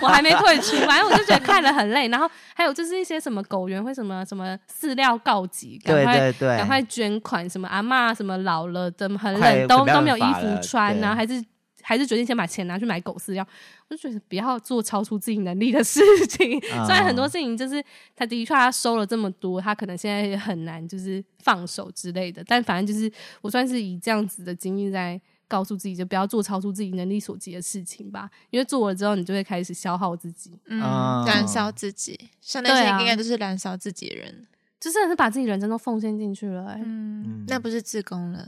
我还没退出，反正我就觉得看了很累。然后还有就是一些什么狗园会什么什么饲料告急，赶对快对对，赶快捐款，什么阿嬷什么老了怎么很快冷都没办都没有衣法服了穿对然后还是。还是决定先把钱拿去买狗饲料，我就觉得不要做超出自己能力的事 情。啊虽然很多事情就是他的确他收了这么多，他可能现在也很难就是放手之类的，但反正就是我算是以这样子的经历在告诉自己，就不要做超出自己能力所及的事情吧，因为做了之后你就会开始消耗自己，嗯哦，燃烧自己，像那些对啊应该都是燃烧自己的人，就真的是把自己人生都奉献进去了、欸。嗯嗯，那不是自宫了。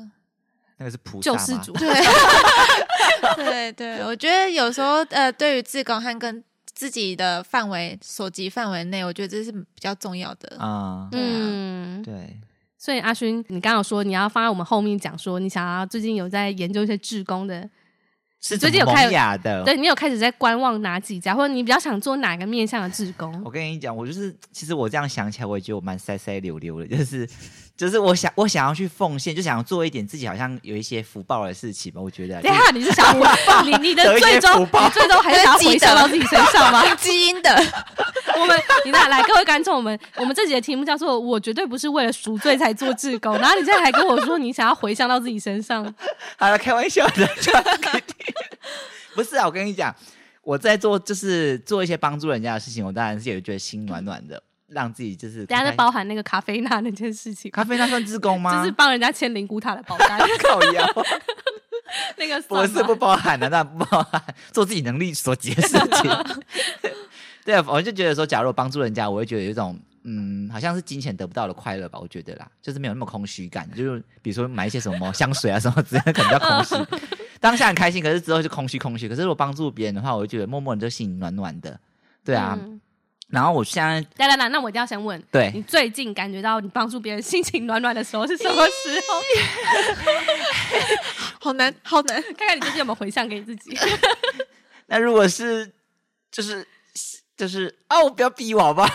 那个是啊菩萨救嘛世主，对对，我觉得有时候呃，对于自工和跟自己的范围所及范围内，我觉得这是比较重要的。啊，对啊嗯，对，所以阿勋，你刚刚有说你要放在我们后面讲，说你想要最近有在研究一些志工的，是最近怎么有看萌芽的。对你有开始在观望哪几家，或者你比较想做哪个面向的志工？我跟你讲，我就是，其实我这样想起来，我也觉得我蛮塞塞溜溜的，就是，就是我想，我想要去奉献，就想要做一点自己好像有一些福报的事情吧。我觉得啊，等一下，你是想回你你的得一些最终福报你最终还是想要回收到自己身上吗？基因的， 我们你那来各位观众，我们我们这集的题目叫做“我绝对不是为了赎罪才做志工”，然后你现在还跟我说你想要回想到自己身上，好了，开玩笑的， 不是啊，我跟你讲，我在做就是做一些帮助人家的事情，我当然是也觉得心暖暖的，让自己就是等一下就包包含那个咖啡那那件事情，咖啡那算自贡吗？就是帮人家签灵骨塔的保单， 靠腰，那个算我吗是不包含的，那不包含做自己能力所及的事 情。对啊，我就觉得说，假如我帮助人家，我会觉得有一种。嗯，好像是金钱得不到的快乐吧，我觉得啦，就是没有那么空虚感。就是比如说买一些什么香水啊什么之类的，可能比较空虚。当下很开心，可是之后就空虚空虚。可是如果帮助别人的话，我就觉得默默的就心里暖暖的。对啊，嗯然后我现在来来来，那我一定要先问，你对最近感觉到你帮助别人心情暖暖的时候是什么时候？ 好难，好难。看看你最近有没有回向给你自己。那如果是就是就是哦，不要逼我好 吧？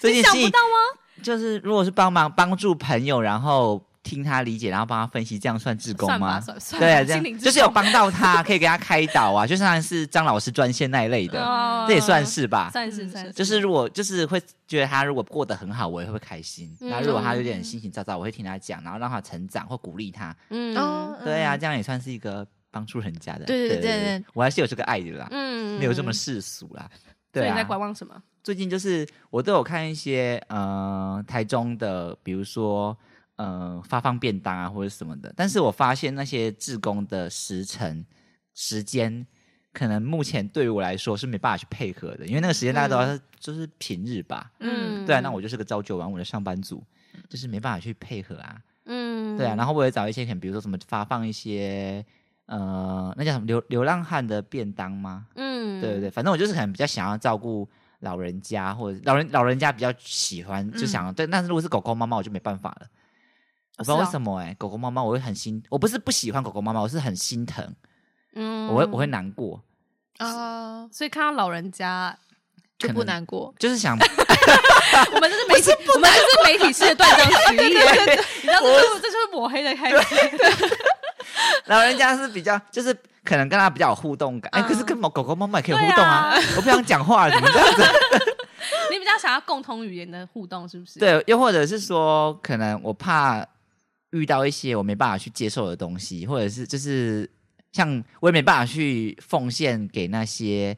最你近 想心不里到吗？就是如果是帮忙帮助朋友，然后听他理解，然后帮他分析，这样算志工算吧，吗？算算吧， 对啊，这心灵样之就是有窗帮到他，可以给他开导啊，就像是张老师专线那一类的，哦这也算是吧。算是嗯算是，就是如果就是会觉得他如果过得很好，我也会开心。那、如果他有点心情糟糟，我会听他讲，然后让他成长或鼓励他。嗯哦，对啊，嗯，这样也算是一个帮助人家的。对对对对，我还是有这个爱的啦，嗯没有这么世俗啦。所对啊，以你在观望什么？最近就是我都有看一些呃台中的，比如说呃发放便当啊或者什么的，但是我发现那些志工的时辰时间，可能目前对于我来说是没办法去配合的，因为那个时间大家都要就是平日吧，嗯对啊，那我就是个朝九晚五的上班族，就是没办法去配合啊，嗯对啊，然后我也找一些可能比如说什么发放一些呃那叫什么流流浪汉的便当吗？嗯对对对，反正我就是可能比较想要照顾老人家，或者老人老人家比较喜欢，就想要、对。但是如果是狗狗妈妈，我就没办法了。我不知道是为哦什么哎、狗狗妈妈我会很心，我不是不喜欢狗狗妈妈，我是很心疼，嗯我会我会，难过，哦，所以看到老 人家，就可不能难过。就是想我们这是媒体，我们这是媒体式的断章取义，你知道这就是这就是抹黑的开始，老人家是比较就是可能跟他比较有互动感，哎、可是跟狗狗妈妈也可以互动啊，对我不想讲话了，怎么这样子？你比较想要共同语言的互动，是不是？，对，又或者是说，可能我怕遇到一些我没办法去接受的东西，或者是就是像我也没办法去奉献给那些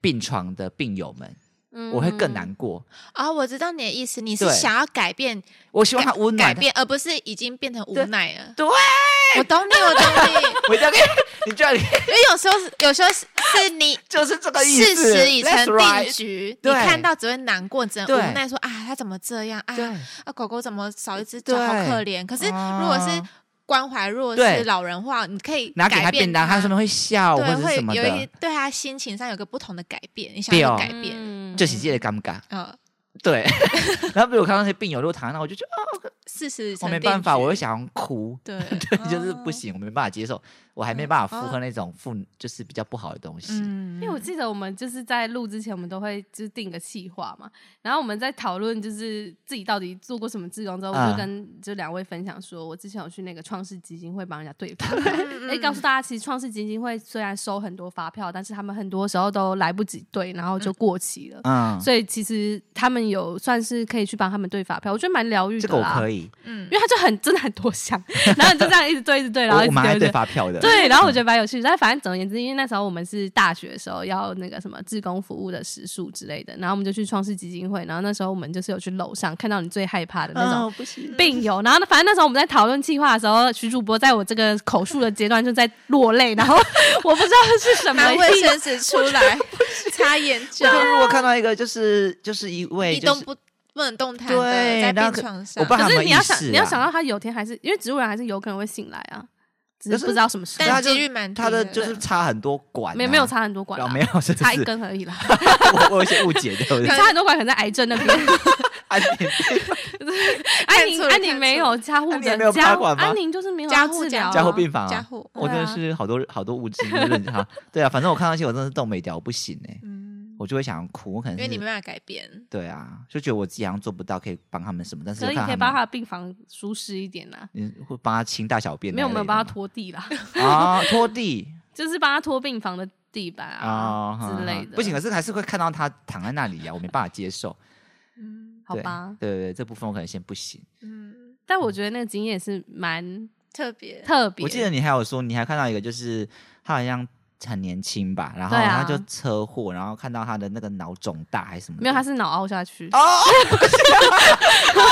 病床的病友们，嗯我会更。难过。啊，我知道你的意思，你是对想要改变，我希望他温改暖他。变，而不是已经变成无对奈了。对，我懂你，我懂你，我交给 你，居然因为有时候是，有时候是是你就是这个意事思。实已成 That's 定 right 局，你对看到只会难过，只能对无奈说啊，他怎么这样啊？对啊，狗狗怎么少一只脚，对好可怜。可是如果是哦关怀，如果是对老人化，你可以拿给改他变便当，他他上面会笑或对者是会什么有的，一对他心情上有个不同的改变，你想对要哦改变，就是这个尴尬。嗯，对，对嗯 然后比如我看到那些病友如果躺在那，我就觉得啊事实我成没定办法，局我会想要哭。对对， 就是哦不行，我没办法接受，我嗯还没办哦法附和那种负，就是比较不好的东西。嗯因为我记得我们就是在录之前，我们都会就是定个计划嘛，然后我们在讨论就是自己到底做过什么志工之后，我嗯就跟就两位分享说，我之前有去那个创世基金会帮人家 对发票，嗯哎，告诉大家，其实创世基金会虽然收很多发票，但是他们很多时候都来不及对，然后就过期了。嗯，所以其实他们有算是可以去帮他们对发票，我觉得蛮疗愈这的个我啦。可以，嗯因为他就很真的很多项， 然后你就这样一直对一直对，然后我一我直蛮爱对对发票的。嗯对，然后我觉得蛮有趣，但反正总而言之，因为那时候我们是大学的时候要那个什么志工服务的时数之类的，然后我们就去创世基金会，然后那时候我们就是有去楼上看到你最害怕的那种哦，不行，病友，然后呢反正那时候我们在讨论计划的时候，徐主播在我这个口述的阶段就在落泪，然后 我不知道是什么拿卫意思，生纸出来擦 眼我角，啊就如果看到一个，就是就是一位，一就动是不不能动弹的对在然后病可床上，我不知道可他是们你意要想，识你要啊想到他有天还是因为植物人还是有可能会醒来啊，只是不知道什么时候可是，他但就几率蛮低他的就是插很多管、啊，没有没有插很多管然啦后，没有，是不插一是？根而已啦。我我有一些误解，对不你 对？ 插很多管可能在癌症那边，安妮， 安宁错了安宁看哎没错了有加护安宁的没有插加管吗安宁就是没有加要护治加疗啊加护病房加啊，护，我真的是好多好多物质认 哈。对啊，反正我看到一些我真的是动没掉，我不行哎、嗯，我就会想哭，我可能因是为你没办法改变，对啊，就觉得我自己好像做不到，可以帮他们什么，但是所我以你看可以他帮们，他的病房舒适一点啦。你会帮他清大小便没那有类的吗，没有帮他拖地啦，啊，拖 地就是帮他拖病房的地板啊啊之类的。不行，可是还是会看到他躺在那里啊呀、我没办法接受。嗯好吧。对对对，这部分我可能先不行。嗯，但我觉得那个经验是蛮特别，特别。我记得你还有说，你还看到一个，就是他好像很年轻吧，然后对啊他就车祸，然后看到他的那个脑肿大还是什么的？没有，他是脑凹下去。哦，不要，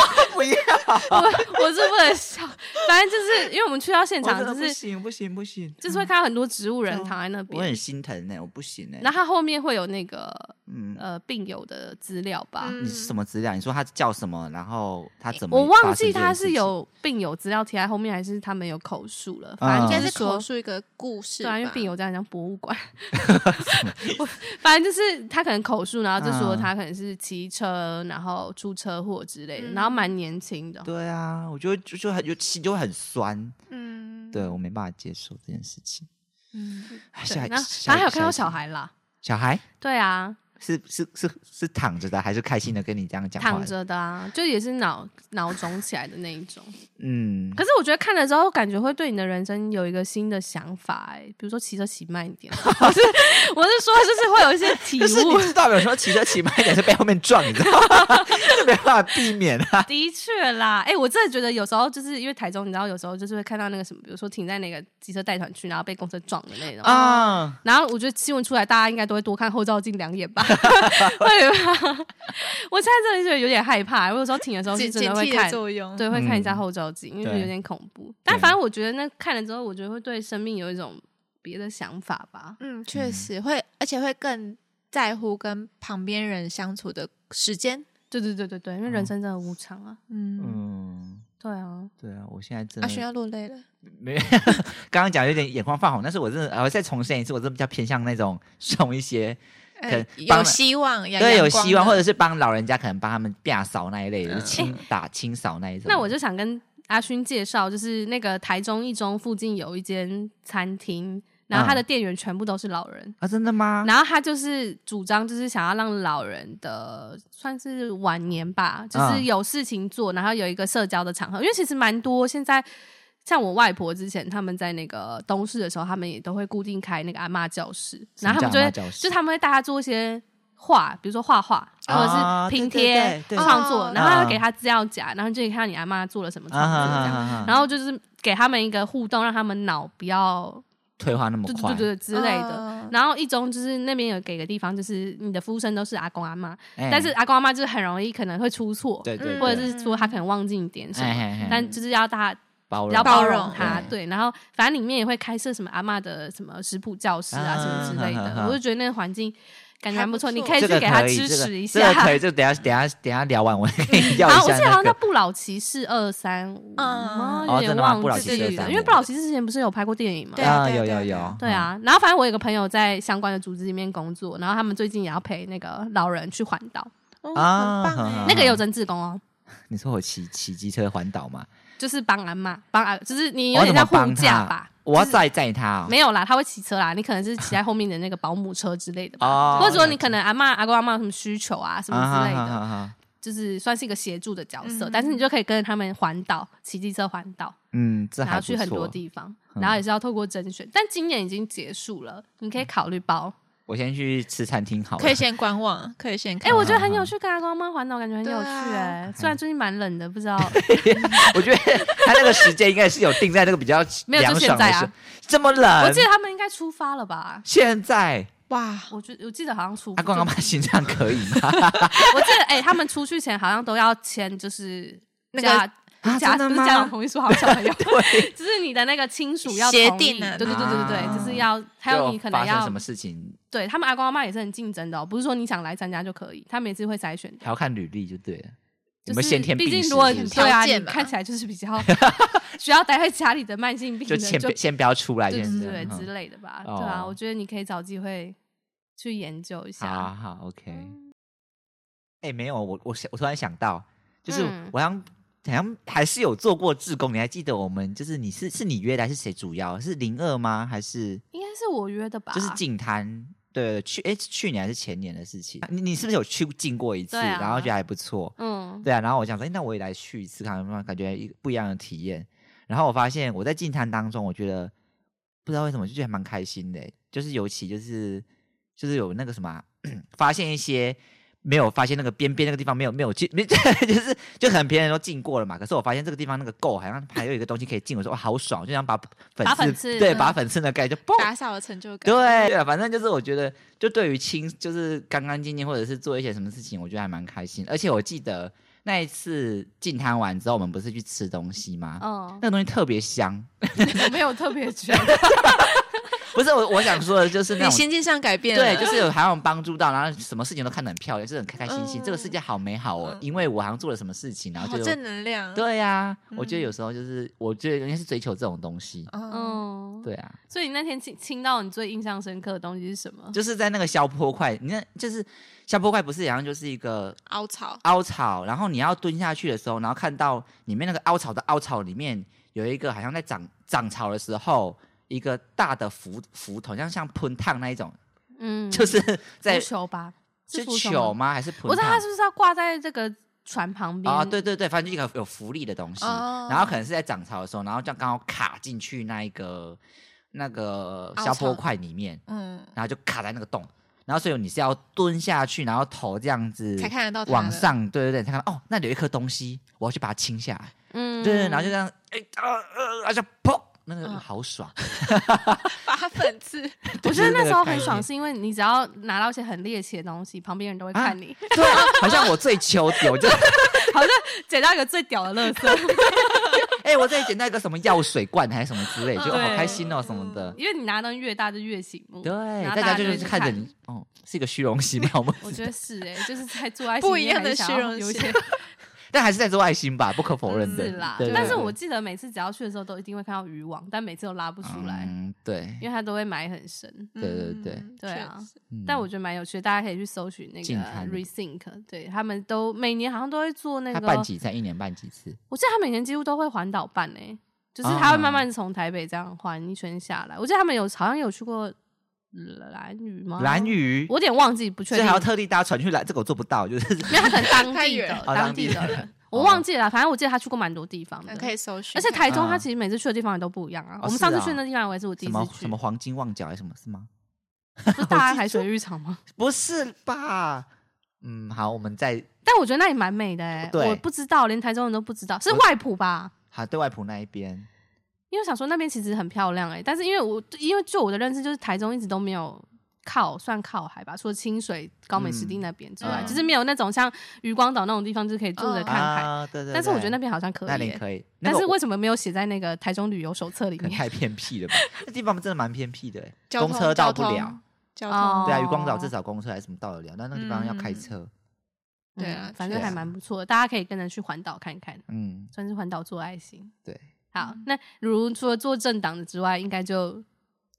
我我是不能笑，反正就是因为我们去到现我场，真的就不是行不行不行，就是会看到很多植物人嗯躺在那我边，很心疼呢，我不行呢。然后他后面会有那个嗯，呃病友的资料嗯吧。你是什么资料？你说他叫什么？然后他怎么？我忘记他是，有病友资料贴在后面，还是他们有口述了。啊反正应该就是是说口，述一个故事对吧，啊，因为病友这样像博物 馆。 我反正就是他可能口述，然后就说嗯他可能是骑车，然后出车祸之类的，嗯然后蛮年轻的。对啊，我就会就就很就心就会很酸，嗯，对我没办法接受这件事情。嗯，哎对下一然后下一然后还有看下到一小集孩啦，小孩对啊，是是是是躺着的，还是开心的跟你这样讲话？躺。着的啊，就也是脑脑肿起来的那一种。嗯，可是我觉得看了之后，感觉会对你的人生有一个新的想法、欸，比如说骑车骑慢一点， 我是我是说就是会有一些 体就是你悟。知道，有时候骑车骑慢一点是被后面撞，你知道吗？ 这没办法避免啊。 的确啦，哎、我真的觉得有时候就是因为台中，你知道有时候就是会看到那个什么，比如说停在那个机车带团区，然后被公车撞的那种。啊，然后我觉得新闻出来，大家应该都会多看后照镜两眼吧，会吧？ 我现在真的觉得有点害怕、我有时候停的时候是减真减的会替看的，作用，对，会看一下嗯后照镜，因为对觉得有点恐怖。但对反正我觉得那看了之后，我觉得会对生命有一种别的想法吧。嗯，确实会，而且会更在乎跟旁边人相处的时间。对对对对对，因哦为人生真的无常啊。嗯，嗯，对啊，对啊，我现在真阿轩的要落泪了。没， 刚刚讲有点眼眶泛红，但是我真的，呃我再重申一次，我真的比较偏向那种 送一些，可能哎帮有了希望，有对，有阳光希望，的或者是帮老人家，可能帮他们打扫那一类的，就是清打清扫那一种。嗯那我就想跟阿勋介绍，就是那个台中一中附近有一间餐厅，然后它的店员全部都是老人。啊，真的吗？然后他就是主张，就是想要让老人的算是晚年吧，就嗯是有事情做，然后有一个社交的场合，因为其实蛮多现在。像我外婆之前，他们在那个东市的时候，他们也都会固定开那个阿嬷教室，然后他们就什么会，叫阿嬷教室就他们会大家做一些画，比如说画画，或者啊是拼贴、对对对对创作哦，然后他会给他资料夹，然后就可以看到你阿嬷做了什么创啊哈作这哈样，哈哈，然后就是给他们一个互动，让他们脑不要，退化那么对对快，对对之类的，嗯然后一中就是那边有给个地方，就是你的服务生都是阿公阿妈，哎但是阿公阿妈就是很容易可能会出错，对对，嗯或者对是说他可能忘记你点什么，哎嘿嘿但就是要大家包容要包包容容他，对对。然后反正里面也会开设什么阿妈的什么食谱教室啊啊什么之类哈的哈，哈我就觉得那个环境感觉还不错，还不你错可以去这个给他可以支这个持一这下。个可 以，就等一下等一下等一下聊完，我可以要然一后我下记 得好那像叫个。布老骑士二三五，嗯有哦真点的吗忘布老骑士记235了，因为布老骑士之前不是有拍过电影吗？对啊啊，有有对啊对啊有，对啊，然后反正我有个朋友在相关的组织里面工作，然后他们最近也要陪那个老人去环岛，哦啊哈很棒哎哈，那个有真志工哦，嗯。你说我骑骑机车环岛嘛？就是帮阿妈，帮阿，就是你我要有怎点么像护帮驾他吧？我要就是载载他哦没有啦，他会骑车啦，你可能是骑在后面的那个保姆车之类的吧， 哦，或者说你可能阿妈、阿公、阿妈有什么需求啊什么之类啊哈的，哈哈就是算是一个协助的角色，嗯但是你就可以跟着他们环岛，骑机车环岛，嗯，这然还后不去很多错。地方，嗯然后也是要透过甄选，但今年已经结束了，你可以考虑报。我先去吃餐厅好了。可以先观望，可以先哎、看。我觉嗯得很有趣，跟阿公阿妈环岛感觉很有趣对啊哎、虽然最近蛮冷的，不 知道我觉得他那个时间应该是有定在那个比较没有就凉现爽在的啊时，这么冷，我记得他们应该出发了吧？现在哇，我觉我记得好像出阿公阿妈心脏可以 吗？我记得哎、他们出去前好像都要签，就是那个家啊家真的不是吗家长同意书，好像有， 对，就是你的那个亲属要协同意定啊对对对对对，啊就是要还有你可能就发生要什么事情，对他们阿公阿妈也是很竞争的、哦，不是说你想来参加就可以，他们也是会筛选的。还要看履历就对了。有就没有是先天毕病竟史如果是不是对啊，你条件 嘛看起来就是比较需要待在家里的慢性病就人，先就不先不要出来，对先对这对样嗯之类的吧，哦对啊，我觉得你可以找机会去研究一好啊下。好，OK。哎、没有，我我想我突然想到，就是嗯我好像、好像还是有做过志工，你还记得我们就是你是是你约的还是谁主邀？是零二吗？还是应该是我约的吧？就是进摊？对，去哎、是去年还是前年的事情？你你是不是有去进过一次？对啊然后觉得还不错，嗯，对啊。然后我想说，哎那我也来去一次看看，感觉一个不一样的体验。然后我发现我在进摊当中，我觉得不知道为什么就觉得还蛮开心的、就是尤其就是就是有那个什么啊、 发现一些没有发现那个边边那个地方没有没有进，没 就是就很别人都进过了嘛。可是我发现这个地方那个够，好像还有一个东西可以进，我说哇好爽，就想把粉把刺粉刺对嗯把粉刺那盖就嘣打扫的成就感。对对啊，反正就是我觉得，就对于清就是干干净净，或者是做一些什么事情，我觉得还蛮开心。而且我记得那一次进摊完之后，我们不是去吃东西吗？哦嗯，那个东西特别香，我没有特别觉 得，不是我我想说的就是那你种。心境上改变了，对，就是有好像帮助到，然后什么事情都看得很漂亮，就是很开开心心。这个嗯世界好美好哦，因为我好像做了什么事情，然后好就正能量。，对呀、我觉得有时候就是，我觉得应该是追求这种东西。嗯，嗯，对啊，所以你那天亲亲到你最印象深刻的东西是什么？就是在那个消坡块，你看，就是消坡块不是好像就是一个凹槽，凹槽，然后你要蹲下去的时候，然后看到里面那个凹槽的凹槽里面有一个好像在涨涨潮的时候，一个大的浮浮头，像像喷烫那一种，嗯，就是在浮球吧？是浮球吗？吗？还是喷我知道它烫是？不是要挂在这个船旁边啊、对对对，反正就一个有浮力的东西，哦然后可能是在涨潮的时候，然后这样刚好卡进去那一个那个凹消波槽块里面，嗯，然后就卡在那个洞，然后所以你是要蹲下去，然后头这样子才看得到它往的。 上，对对对，才看到哦，那里有一颗东西，我要去把它清下来。嗯对，然后就这样，哎、啊呃，而且砰，那个嗯好爽。发粉刺，嗯 我觉得那时候很爽，对是因为你只要拿到一些很猎奇的东西，旁边人都会看你，对啊，好像我最求点，我就好像捡到一个最屌的乐色，哎、我这里捡到一个什么药水罐还是什么之类，就、哦 对好开心哦什么的。 因为你拿的东西越大就越醒目。对，然后大家就会是去看着你，，哦，是一个虚荣心嘛，我们，我觉得是哎、就是在做爱不一样的虚荣心有一些但还是在做爱心吧，不可否认的。字啦对对。但是对我记得每次只要去的时候，都一定会看到渔网，但每次都拉不出来，嗯，对，因为它都会埋很深。对对对嗯对啊确实嗯但我觉得蛮有趣的，大家可以去搜寻那个近看 Rethink，对他们都每年好像都会做那他个办几站，一年办几次？我记得他每年几乎都会环岛办诶、就是啊他会慢慢从台北这样环一圈下来。我记得他们有好像有去过蓝屿吗？蓝，屿，哦我有点忘记，不确所以定，还因要特地搭船去来，这个我做不到，就是为他可能当太地远的了哦当当地地的的人，我忘记了啦。反正我记得他去过蛮多地方的那，呃嗯可以搜寻。而且台中啊他其实每次去的地方也都不一样啊。哦我们是上次啊去那地方，我也是我第什一次么去，什么黄金旺角还是什么，是吗？不是大安海水浴场吗？不是吧？嗯，好，我们再但我觉得那里蛮美的诶、对我不知道，连台中人都不知道，是我外埔吧？好对外埔那一边，因为我想说那边其实很漂亮哎、但是因为我因为就我的认知，就是台中一直都没有靠算靠海吧，除了清水、高美湿地那边之外，嗯就是没有那种像渔光岛那种地方，就是可以坐着哦看海。啊，对对对。但是我觉得那边好像可那以、里欸，可以，那但个是我为什么没有写在那个台中旅游手册里可能面？太偏僻 了吧？那地方真的蛮偏僻的欸，交通公车到不了。，交通交哦通对啊，渔光岛至少公车还是什么到得了，但那个地方要开车。嗯对啊反正确还实蛮不错的，大家可以跟着去环岛看看，嗯，算是环岛做爱心。对，好，嗯那如除了做政党的之外，应该就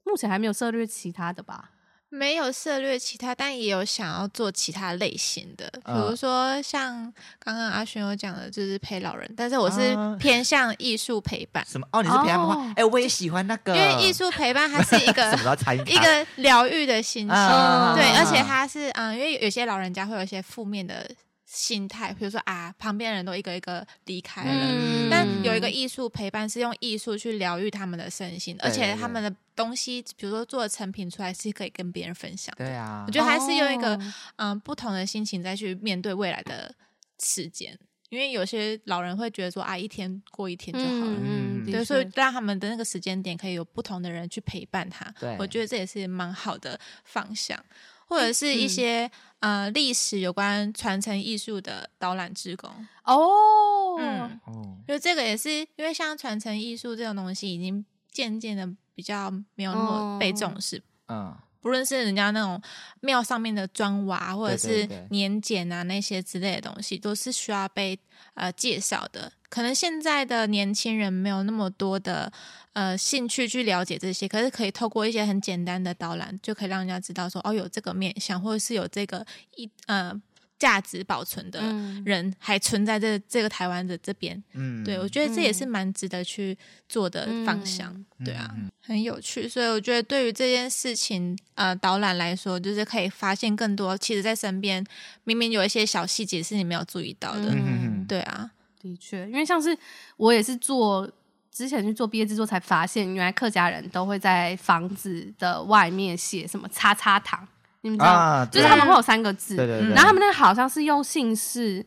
目前还没有涉略其他的吧？没有涉略其他，但也有想要做其他类型的，比嗯如说像刚刚阿轩有讲的，就是陪老人，但是我是啊偏向艺术陪伴，什么？哦，你是陪他们哦画？哎，我也喜欢那个，因为艺术陪伴它是一 什么都个要参与它，一个疗愈的心情，啊对，而且它是嗯，因为有些老人家会有一些负面的心态，比如说啊，旁边人都一个一个离开了，嗯但有一个艺术陪伴是用艺术去疗愈他们的身心，对而且他们的东西，比如说做的成品出来是可以跟别人分享的。对啊我，觉得还是用一个哦嗯不同的心情再去面对未来的时间，因为有些老人会觉得说啊一天过一天就好了。嗯对，的所以确让他们的那个时间点可以有不同的人去陪伴他，对我觉得这也是蛮好的方向，或者是嗯一些、呃历史有关传承艺术的导览志工，哦，嗯，哦，就这个也是因为像传哦承艺术这种东西，已经渐渐的比较没有那么被重视，嗯，不论是人家那种庙上面的砖瓦，或者对对是对年检啊那些之类的东西，都是需要被呃介绍的。可能现在的年轻人没有那么多的呃兴趣去了解这些，可是可以透过一些很简单的导览，就可以让人家知道说哦有这个面相，或者是有这个一呃价值保存的嗯人、还存在这这个台湾的这边。嗯，对，我觉得这也是嗯蛮值得去做的方向。对啊，嗯很有趣。所以我觉得对于这件事情，呃，导览来说，就是可以发现更多，其实在身边明明有一些小细节是你没有注意到的。嗯嗯嗯对啊，的确，因为像是我也是做之前去做毕业制作，才发现原来客家人都会在房子的外面写什么“叉叉堂”，你们知道吗？啊，就是他们会有三个字，对对对，然后他们那个好像是用姓氏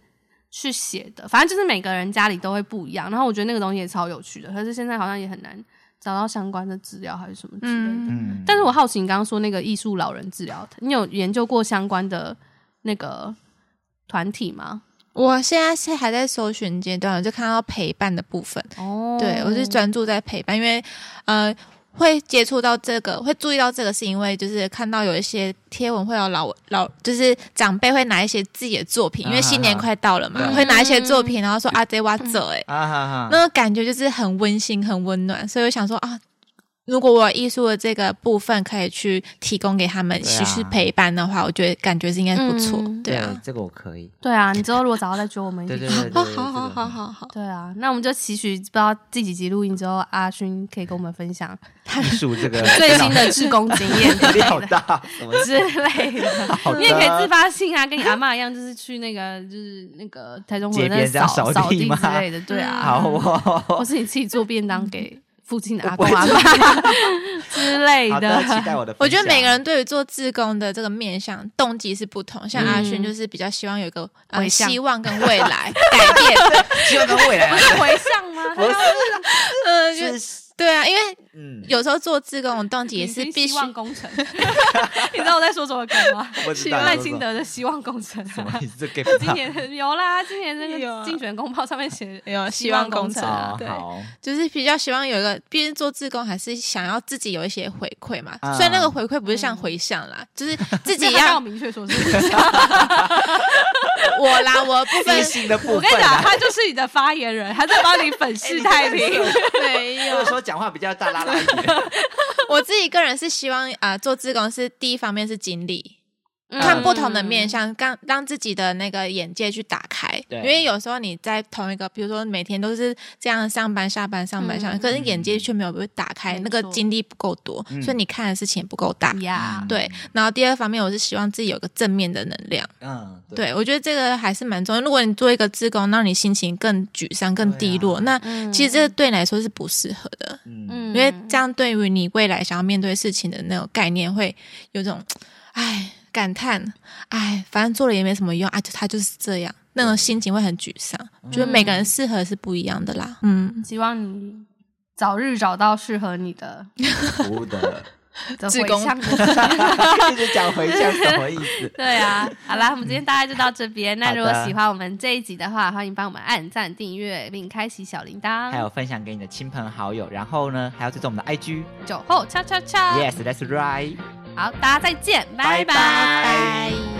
去写的，反正就是每个人家里都会不一样。然后我觉得那个东西也超有趣的，可是现在好像也很难找到相关的资料还是什么之类的。嗯，嗯，但是我好奇你刚刚说那个艺术老人治疗，你有研究过相关的那个团体吗？我现在是还在搜寻阶段，我就看到陪伴的部分。哦对我是专注在陪伴，因为呃。会接触到这个，会注意到这个，是因为就是看到有一些贴文会有老老，就是长辈会拿一些自己的作品，因为新年快到了嘛，啊会拿一些作嗯品，然后说啊，这哇这哎，啊哈哈，那个感觉就是很温馨、很温暖，所以我想说啊，如果我有艺术的这个部分可以去提供给他们，对啊其实陪伴的话，我觉得感觉是应该不错，嗯对啊。这个我可以，对啊，你之后如果找到再揪我们一起对去。对对，对啊，对好好好，这个好好，对啊，那我们就期许不知道第几集录音之后，阿勋可以跟我们 分享艺术这个最新的志工经 验之压类力好的大，什么之类的。好的啊你也可以自发性啊，跟你阿嬷一样，就是去那个就是那个台中街国那边这样扫扫扫地地吗之类的，对啊，好哦或，是你自己做便当给附近的阿 我公不会阿妈 之类好的的，。期待我的分享，我觉得每个人对于做志工的这个面向动机是不同，像阿轩嗯就是比较希望有一个、呃、回向希望跟未来改变，希望跟未来，不是回向吗？他嗯、就是对啊，因为嗯，有时候做志工的动机也是必须希望工 程。你知道我在说什么梗吗？我知道赖清德的希望工程。啊什么意思？这 get 不今到年有啦，今年那有个啊竞选公报上面写有希希望望工工程程哦啊对好就是比较希望有一个，毕竟做志工还是想要自己有一些回馈嘛。啊虽然那个回馈不是像回向啦，就是自己这要 要明确说是回向。我啦，我的部分私心的部我跟分你讲，啊。他就是你的发言人，他在帮哎你粉 饰太平。哎没或者有。说讲话比较大拉拉一 点，我自己个人是希望啊、呃做志工是第一方面是经历，嗯 看不同的面向，让让自己的那个眼界去打开。对因为有时候你在同一个，比如说每天都是这样上班、下班、上班、嗯下班，可是眼界却没有被打开，没那个错经历不够多，嗯所以你看的事情也不够嗯大。呀，对，然后第二方面，我是希望自己有个正面的能量。嗯，对，对，我觉得这个还是蛮重要。如果你做一个志工，让你心情更沮丧、更低落，对那嗯其实这对你来说是不适合的，嗯，因为这样对于你未来想要面对事情的那种概念，会有种唉感叹，唉，反正做了也没什么用啊，就他就是这样，那种心情会很沮丧。觉得每个人适合是不一样的啦，嗯，希望你早日找到适合你的服务的， 的志回工 向的一直讲回向什么意思？ 对啊，好啦，我们今天大概就到这边。那好的如果喜欢我们这一集的话，欢迎帮我们按赞、订阅并开启小铃还铛。有分享给你的亲朋好友，然后呢，还要追踪我们的 IG。酒后敲敲敲， Yes, that's right. 好，大家再见，拜拜拜拜拜。